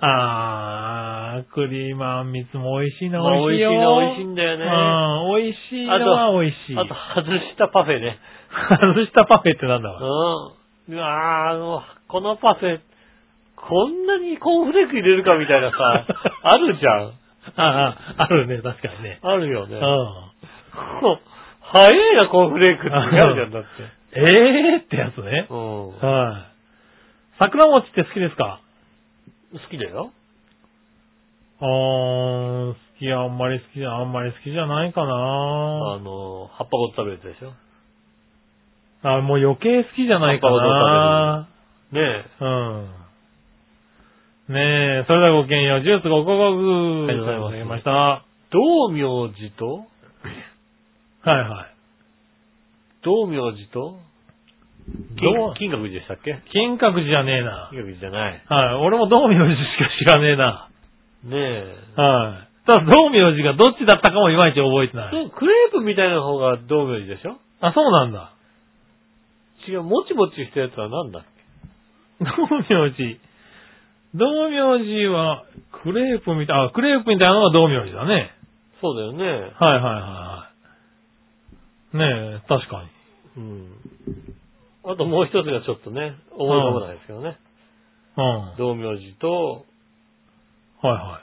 あー、あークリームあんみつも美味しいな、まあ美味しいよ。美味しいの美味しいんだよねうん、美味しいのは美味しい。あと、外したパフェね。外したパフェってなんだうわ。ん。うわーあの、このパフェ、こんなにコーンフレーク入れるかみたいな さ、あるじゃん。ああ、あるね、確かにね。あるようね。ん。早いな、コーンフレークってなるじゃん、だって。えーってやつね。 うん。好はい。桜餅って好きですかきだよ。あー、好き、あんまり好きじゃ、あんまり好きじゃないかあなの、葉っぱごと食べるやつでしょ。あ、もう余計好きじゃないかなねえ。うん。ねえ、それではごきげんよう、ジュースごくごくありがとうごあざいりがとうございまましした。は道明寺と、いはい。道明寺と、どう金金閣寺でしたっけ金閣寺じゃねえな。金閣寺じゃない。はい。俺も道明寺しか知らねえな。ねえ。はい。ただ道明寺がどっちだったかもいまいち覚えてない。そうクレープみたいな方が道明寺でしょあ、そうなんだ。違う、もちもちしたやつはなんだっけ道明寺。道明寺は、クレープみたい、あ、クレープみたいなのが道明寺だね。そうだよね。はいはいはいはい。ねえ、確かに。うん。あともう一つがちょっとね、思い浮かばないですけどね。うん。は道明寺と、いは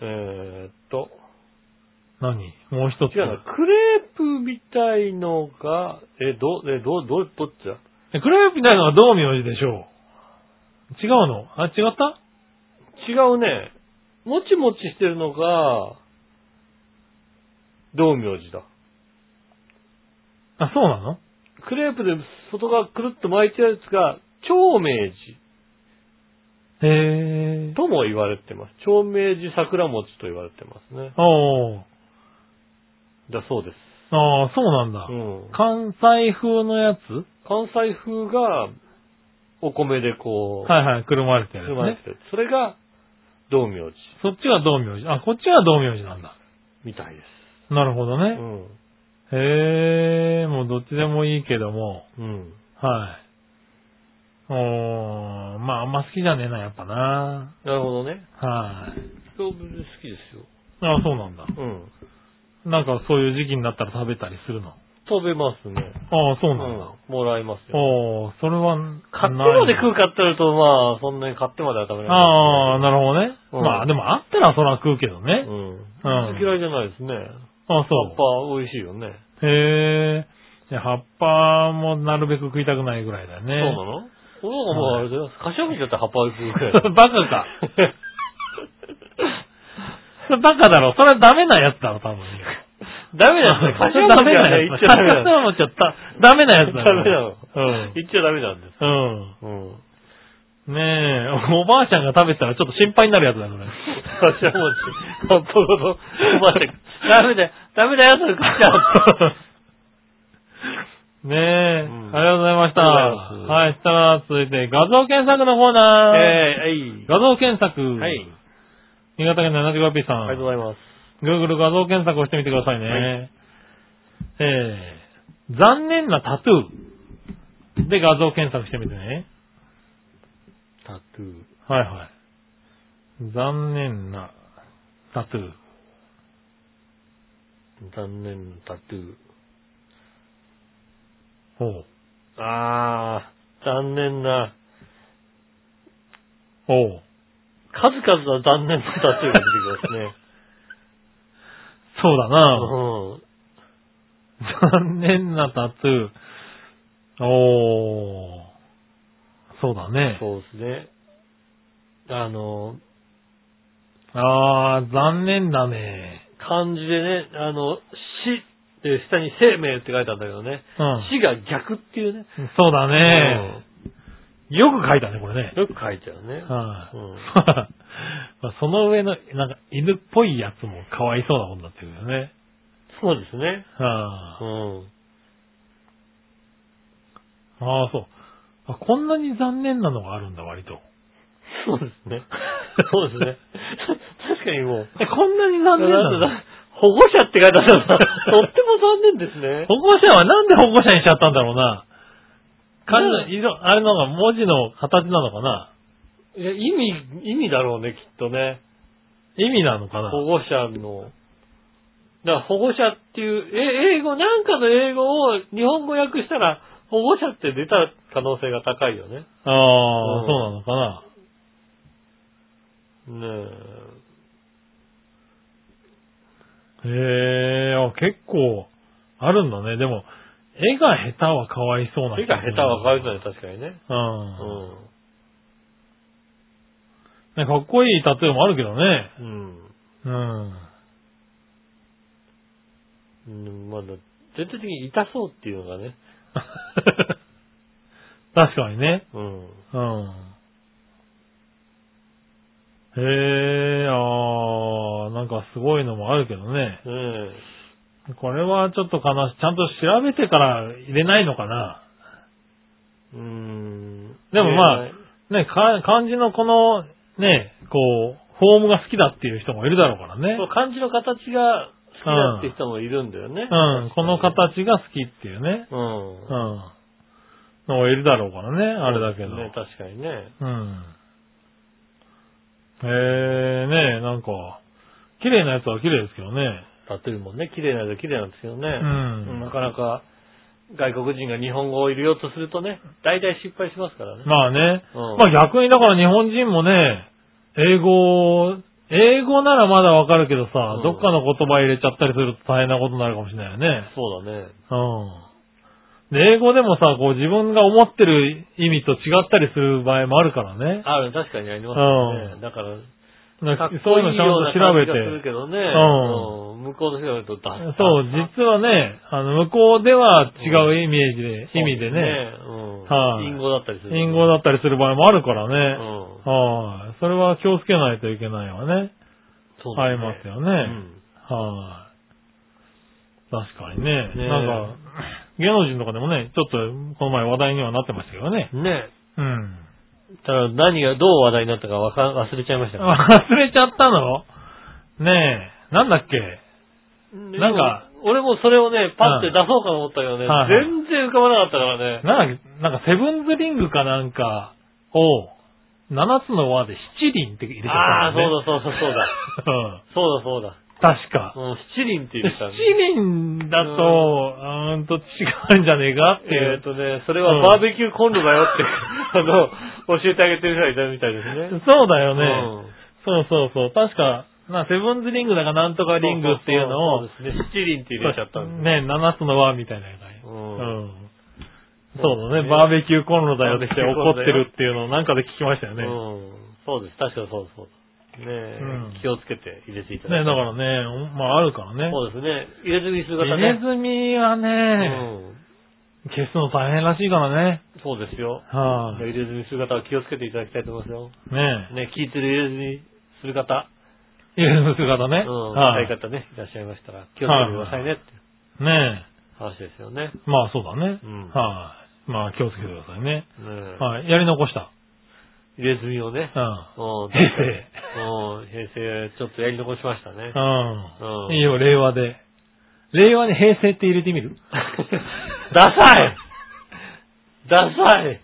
い。えーっと、何もう一つ。違うな、クレープみたいのが、え、ど、え、ど、ど、どっちだえクレープみたいなのが道明寺でしょう。違うのあ、違った違うね。もちもちしてるのが、道明寺だ。あ、そうなのクレープで外側くるっと巻いてるやつが、長明へえ寺。とも言われてます。長明寺桜餅と言われてますね。おー。だそうです。ああ、そうなんだ。うん。関西風のやつ関西風が、お米でこう、はいはい、くるまれてる包やまつれね。てる。それが、道明寺そっちが道明寺。あ、こっちが道明寺なんだ。みたいです。なるほどうね。ん。へえ、もうどっちでもいいけども、うん。はい。おー、まああんま好きじゃねえな、やっぱな。なるほどね。はい。動物好きですよ。あそうなんだ。うん。なんかそういう時期になったら食べたりするの。あ食べますね。あ、そううなんだ。ん。もらいますよ。おー、それは、買ってないまで食うかって言うと、まあ、そんなに買ってまでは食べない。ああ、なるほどね。うんまあでもあったらそら食うけどね。うん。嫌いじゃないですね。ああ、そ葉っう。ぱ美味しいよね。へえ。じゃあ葉っぱもなるべく食いたくないぐらいだそうなね。の俺はもうあれだよ。柏餅だって葉っぱ美味しいくらい バカか。それバカだろ。それはダメなやつだろ、多分。 ダメだよね。 そ柏れ餅ダメなはね、や言っつちゃだ。ダメだよ。ダメなやつだ。ダメなやつだダメなの。うん言っちゃダメなんです。うん。うん。ねえ、おばあちゃんが食べてたらちょっと心配になるやつだよ、これ。柏餅、葉っぱごと、おばあちゃん ダメだよ、ダメだよ、それ食っちゃ う。ねえ、うんありがとうございました。ありがとうございますはい、そしたら続いて画像検索のコーえーナー。はい。画像検索。はい。新潟県 75P さん。ありがとうございます。 Google 画像検索をしてみてくださいね。はえー、残念なタトゥーで画像検索してみてね。タトゥー。はいはい。残念なタトゥー。残念なタトゥー。おほう。あー、残念な。ほう。数々は残念だったということでございますね。そうだな。 うん。残念なタトゥー。おー。そうだね。そうですね。あの、あー、残念だね。漢字でね、あの、死って下に生命って書いてあるんだけどね。うん。死が逆っていうね。そうだね。よく書いたね、これねうん。よく書いてあるね。はい、うん まあその上の、なんか犬っぽいやつもかわいそうなもんだっていうよね。そうですね。はうあ、ん。ああ、そうあ。こんなに残念なのがあるんだ、割と。そうです ね。そうですね。確かにもう。え、こんなに残念なのだ保護者って書いてあるから、とっても残念ですね。保護者はなんで保護者にしちゃったんだろうな。漢う字、色、あれのが文字の形なのかないや意味、意味だろうね、きっとね。意味なのかな保護者の。だから保護者っていう、え、英語、なんかの英語を日本語訳したら、保護者って出た可能性が高いよね。ああ、うんそうなのかなねへえ、あ結構あるんだね。でも、絵が下手はかわいそうなえ。人絵が下手はかるじゃない、確かにね。ううん。ねかっこいいタトゥーもあるけどね。ん。うん。う ん。まだ、全体的に痛そうっていうのがね。確かにね。うん。うん。へえ、あー、なんかすごいのもあるけどね。ねこれはちょっと悲しい。ちゃんと調べてから入れないのかな。え。うん。でもまあね、か漢字のこの、ね、こう、フォームが好きだっていう人もいるだろうからね。そう、漢字の形が好きだって人もいるんだよね。うん、この確か形が好きっていうね。に。うん。うん。のもいるだろうからね、あれだけど。ね、確かにね。うん。へえ、ねなんか、綺麗なやつは綺麗ですけどね。タトゥーもね、綺麗なのは綺麗なんですけどね。んなかなか、外国人が日本語を入れようとするとね、大体失敗しますからね。まあね。うんまあ逆にだから日本人もね、英語、英語ならまだわかるけどさ、うんどっかの言葉入れちゃったりすると大変なことになるかもしれないよね。そうだね。うん。で、英語でもさ、こう自分が思ってる意味と違ったりする場合もあるからね。ある、確かにありますよね。うんだから、かなっこいいそういうのちゃようなんと調感べじがするて。けどね。んうん向こうの人が言うと、だそう、実はね、あの、向こうでは違ううイメージで、意味でね、うん。はい隠語だったりする。隠語だったりする場合もあるからうね。ん。はい。それは気をつけないといけないわね。そうだあねりますようね。ん。はい。確かにね。ねえなんか、芸能人とかでもね、ちょっとこの前話題にはなってましたけどね。ね うん。ただ何がどう話題になったかわかん忘れちゃいましたねあ忘れちゃったのねえ、なんだっけなんか、でも俺もそれをね、パッて出そうかと思ったけどね、はいはい全然浮かばなかったからね。なんだっけなんかセブンズリングかなんかを、7つの輪で七輪って入れちゃったああ、んそだうよね。だそうだそうだ。うんそうだそうだ。確か。うん、七輪って七言ってたんで。輪だと、うーんと違うんじゃねえかっていえっ、う。とね、それはバーベキューコンロだよ って、あの、教えてあげてる人がいたみたいですね。そうだうよね。んそうそうそう。確か、なセブンズリングだかなんとかリングっていうのを、そうそうそうですね七輪って入れちゃったんで。ね、7つの輪みたいなやつ。う。うんん。そうだね。バーベキューコンロだよって怒ってるっていうのをなんかで聞きましたよね。ねうんそうです。確かそうそうだ。ねえ、うん気をつけて入れていただだいて。からね、まああるからね。そうですね。入れ墨姿入ねれ。墨はね、うん消すの大変らしいからね。そうですよ。は入い。れ墨姿は気をつけていただきたいと思いますよ。ねね、聞いてる入れ墨する方、入れ墨姿うね。ん、は若いい。方ね、いらっしゃいましたら、気をつけてくださいねってね話ですよね。ねえ。まあそうだねうん。はい。まあ気をつけてくださいね。えはい。やり残した。入れ墨をね、ううん、平成うん平成、ちょっとやり残しましたね。ん。う。うんんいいよ、令和で。令和に平成って入れてみる ダサいダサい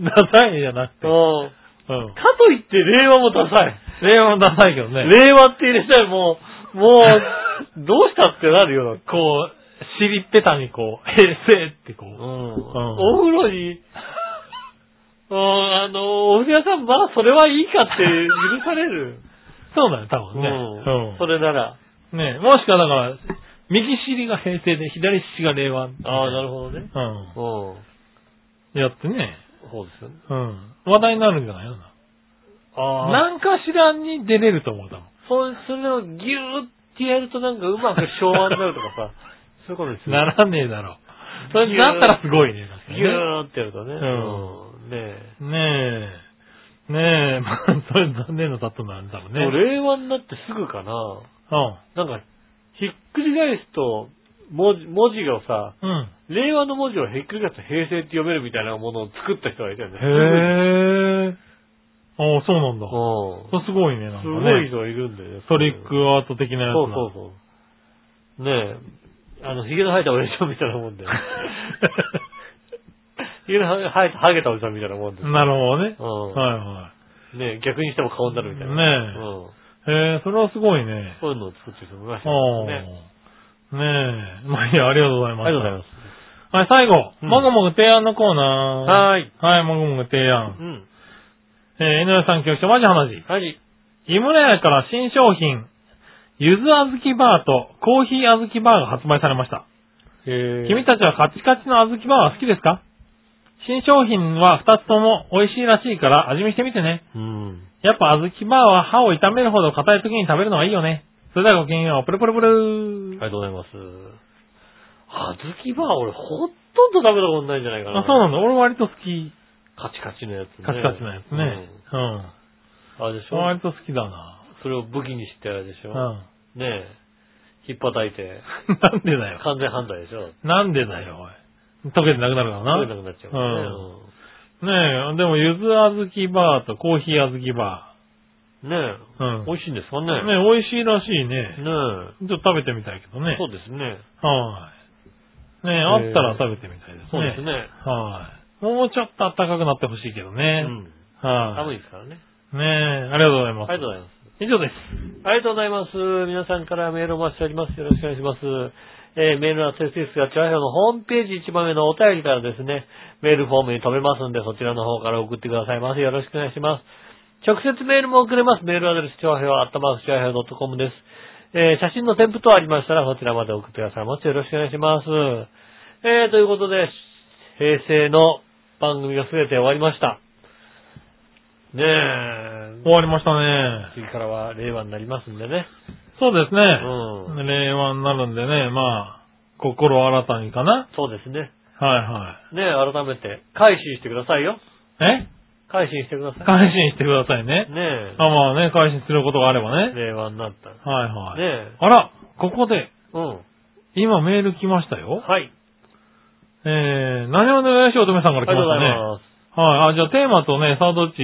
ダサいじゃなくて。うん。うん。かといって令和もダサい。令和もダサいけどね。令和って入れたらもう、もう、どうしたってなるよ。こう、尻っぺたにこう、平成ってこうんう、お風呂に、うんあの、お風呂屋さん、まあ、それはいいかって許される。そうだよ、多分ね。うんうんそれなら。ねもしくはだから、右尻が平成で、左尻が令和。ああ、なるほどね。うん。うやってね。ん。そうですよね。うん。話題になるんじゃないのあな、何かしらに出れると思う、多分。そう、それをギューってやるとなんかうまく昭和になると かさ、そういうことですよなね。らねえだろう。それになったらすごいね。確かにギねューってやるとね。んうん。ねえ。ねえ。ねえ。まあ、 それ残念なだったんだろうね。もう令和になってすぐかな。うん。なんか、ひっくり返すと、文字、文字がさ、うん。令和の文字をひっくり返すと平成って読めるみたいなものを作った人がいたよね。へえ。ああ、そうなんだ。うんそうすごいね、なんすかごいね。人がいるんだよね。トリックアート的なやつそうなそうそう。ねえ、あの、ヒゲの生えたおじさんみたいなもんだ よ。ヒゲの生えた、ハゲたおじさんみたいなもんですよ。なるほどね。うんはいはねえ、逆にしても顔になるみたいな。ねえうん。い。へえ、それはすごいね。そういうのを作ってる人もいましたああ。ね。ねえ。まあいいや、ありがとうございありまがす。とうございます。はい、最後。うんもぐもぐ提案のコーナー。はーい。はい、もぐもぐ提う案。ん。えー、井上さん局長、マジ話。はい。井村屋から新商品、ゆずあずきバーとコーヒーあずきバーが発売されました。え君たちはカチカチのあずきバーは好きですか新商品は2つとも美味しいらしいから味見してみてね。うん。やっぱあずきバーは歯を痛めるほど硬い時に食べるのがいいよね。それではごきげんよう。プルプルプありル。がとうございます。あずきバー、俺、ほとんど食べたことないんじゃないかな。あ、そうなんだ。俺割と好き。カチカチのやつね。カチカチのやつね。うん。うん。あれでしょ割と好きだな。それを武器にしてあれでしうょん。なねえ、ひっぱたい て、んでだよ。完全犯罪でしょ。なんでだよ、おい。溶けてなくなるからな食。べなくなっちゃうからね。ねえ、でも、ゆずあずきバーとコーヒーあずきバうんねえ、うん美味しいんですかねー。ねえ、美味しいらしいね。ねちょっと食べてみたいけどえ、ねそ。うですね。はい。ねえ、あったら食べてみたいですね。そうです。ね。はい。もうちょっと暖かくなってほしいけどうね。ん。は寒い。いですからね。ねえ、ありがとうございます。ありがとうございます。以上です。ありがとうございます。皆さんからメールをお待ちしております。よろしくお願いします。えーメールのアクセスですが、チャーハンのホームページ一番上のお便りからですね、メールフォームに飛べますんで、そちらの方から送ってくださいませ。よろしくお願いします。直接メールも送れます。メールアドレス、チャーハン、アットマーク、チャーハン .com です。えー写真の添付等ありましたら、そちらまで送ってくださいませ。よろしくお願いします。えーということで、平成の番組が全て終わりました。ねえ、終わりましたね。次からは令和になりますんでね。そうですね。う令和になるんでね、まあ、心新たにかな。そうですね。はいはねえ改めて、改心してくださいよ。い。改心してくださえ信してくださいねい。。ねあ、まあね、改心することがあればえ、ね。令和になった。ねはいはい。え、あら、ここで、うん。今メール来ましたよ。はい。えー、何をのよし乙女さんありからが来とうござましたいね。ます。はい、あ、じゃあテーマとね、サードっち、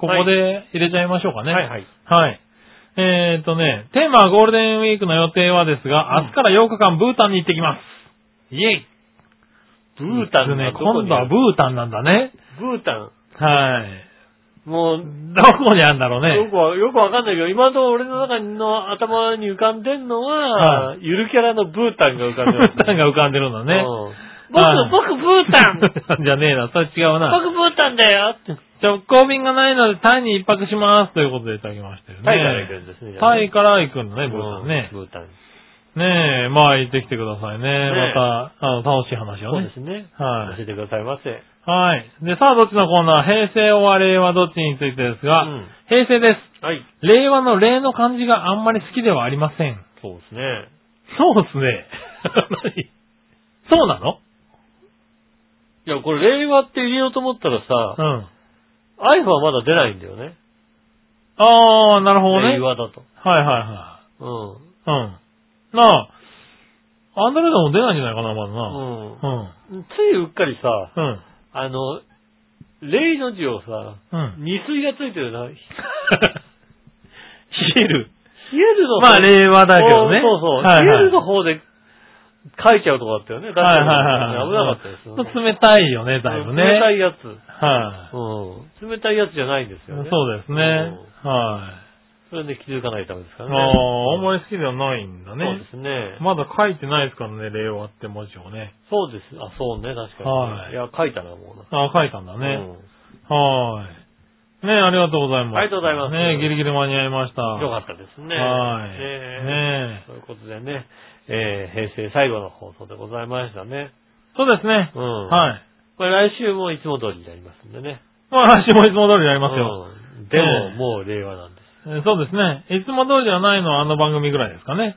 ここで入れちゃいましょうかね。はいはい。はい。えーっとね、テーマはゴールデンウィークの予定はですが、うん明日から8日間ブータンに行ってきます。イェイブータンねが、どこ今に度あはるブータンなんだね。ブータン。はい。もう、どこにあるんだろうよね。くわよくわかんないけど、今のところ俺の中の頭に浮かんでんのは、はゆるキャラのブータンが浮かんで ます、ブータンが浮かんでるんだね。うんはい僕、僕、ブータ ンじゃねえな、それ違うな。僕、ブータンだよって。直行便がないのでタイに一泊しますということでいただきましたよね。タイから行くんですね。じゃあタねイから行くんだね、ブータンうんね。ブータン。ねえ、まあ行ってきてくださいね。ねえまた、あの、楽しい話そをうでね。すね。はい教えてくださいませ。はい。で、さあ、どっちのコーナー平成は令和どっちについてですが、うん平成です。はい。令和の令の漢字があんまり好きではありません。そうですね。そうですね。何 そうなのいや、これ令和って入れようと思ったらうさ、ん。 iPhone はまだ出ないんだよね。ああ、なるほどね。令和だと。はいはうん。いはい。うん。なあ、アンドロイドも出ないんじゃないかな、まだな。ううん。ん。ついうっかりさ、うん。あの、例の字をさ、うん。二水がついてるな。冷冷える。えるのまあ、令和だけどね。そうそう。はい冷えはいるの方で書いちゃうとこだったよね。はいはいはい。危なかったですよね。冷たいよね、だいぶね。冷たい。いやつ。はうん。冷たいやつじゃないんですい。よね。そうですねん。はそれで気づかないためですかあらあね。ー、あんまり好きじゃないんだそうねで。すね。まだ書いてないですからね、令和って文字をね。そうです。あ、そうね、確かに。はいいや、書いたな、もうな。ああ、書いたんだうね。んはーい。ねありがとうございます。ありがとうございますねギリギリ間に合いました。よかったですね。はねいねええということでね、えー平成最後の放送でございましたね。そうですね。うん。い。はい。これ来週もいつも通りになりますんでね。まあ、来週もいつも通りやりますよ。うん。でも、ねえもう令和なんです。えーそうですね。いつも通りじゃないのはあの番組ぐらいですかね。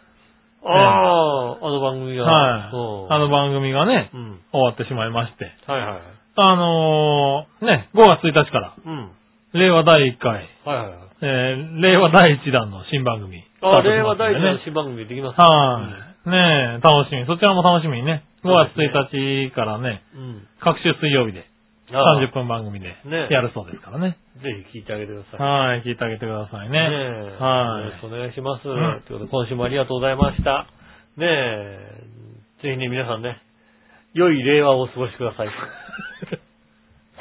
ああ、あの番組が。はいうん。あの番組がね、うん。終わってしまいまして。はいはい。あのー、ね、5月1日から、うん。令和第1回、はいはいはい。えー令和第1弾の新番組。ああ、スタート令しま和すんで大臣の新番組ね。できますねはい。ねえ、楽しみ。そちらも楽しみにね。5月1日からね、うん。各週水曜日で、ああ30分番組でねやるそうですからね。ぜひ聞いてあげてください。はい、聞いてあげてくださいね。ねえはいよろしくお願いします。んということで、今週もありがとうございました。ねえ、ぜひね、皆さんね、良い令和をお過ごしくだ さい。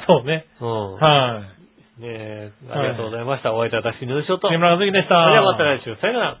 そうね。うん。はい。ねえ、ありがとうございました。お会いいたい私、ヌーショット。それ木で村和樹でした。はまた来週。さよなら。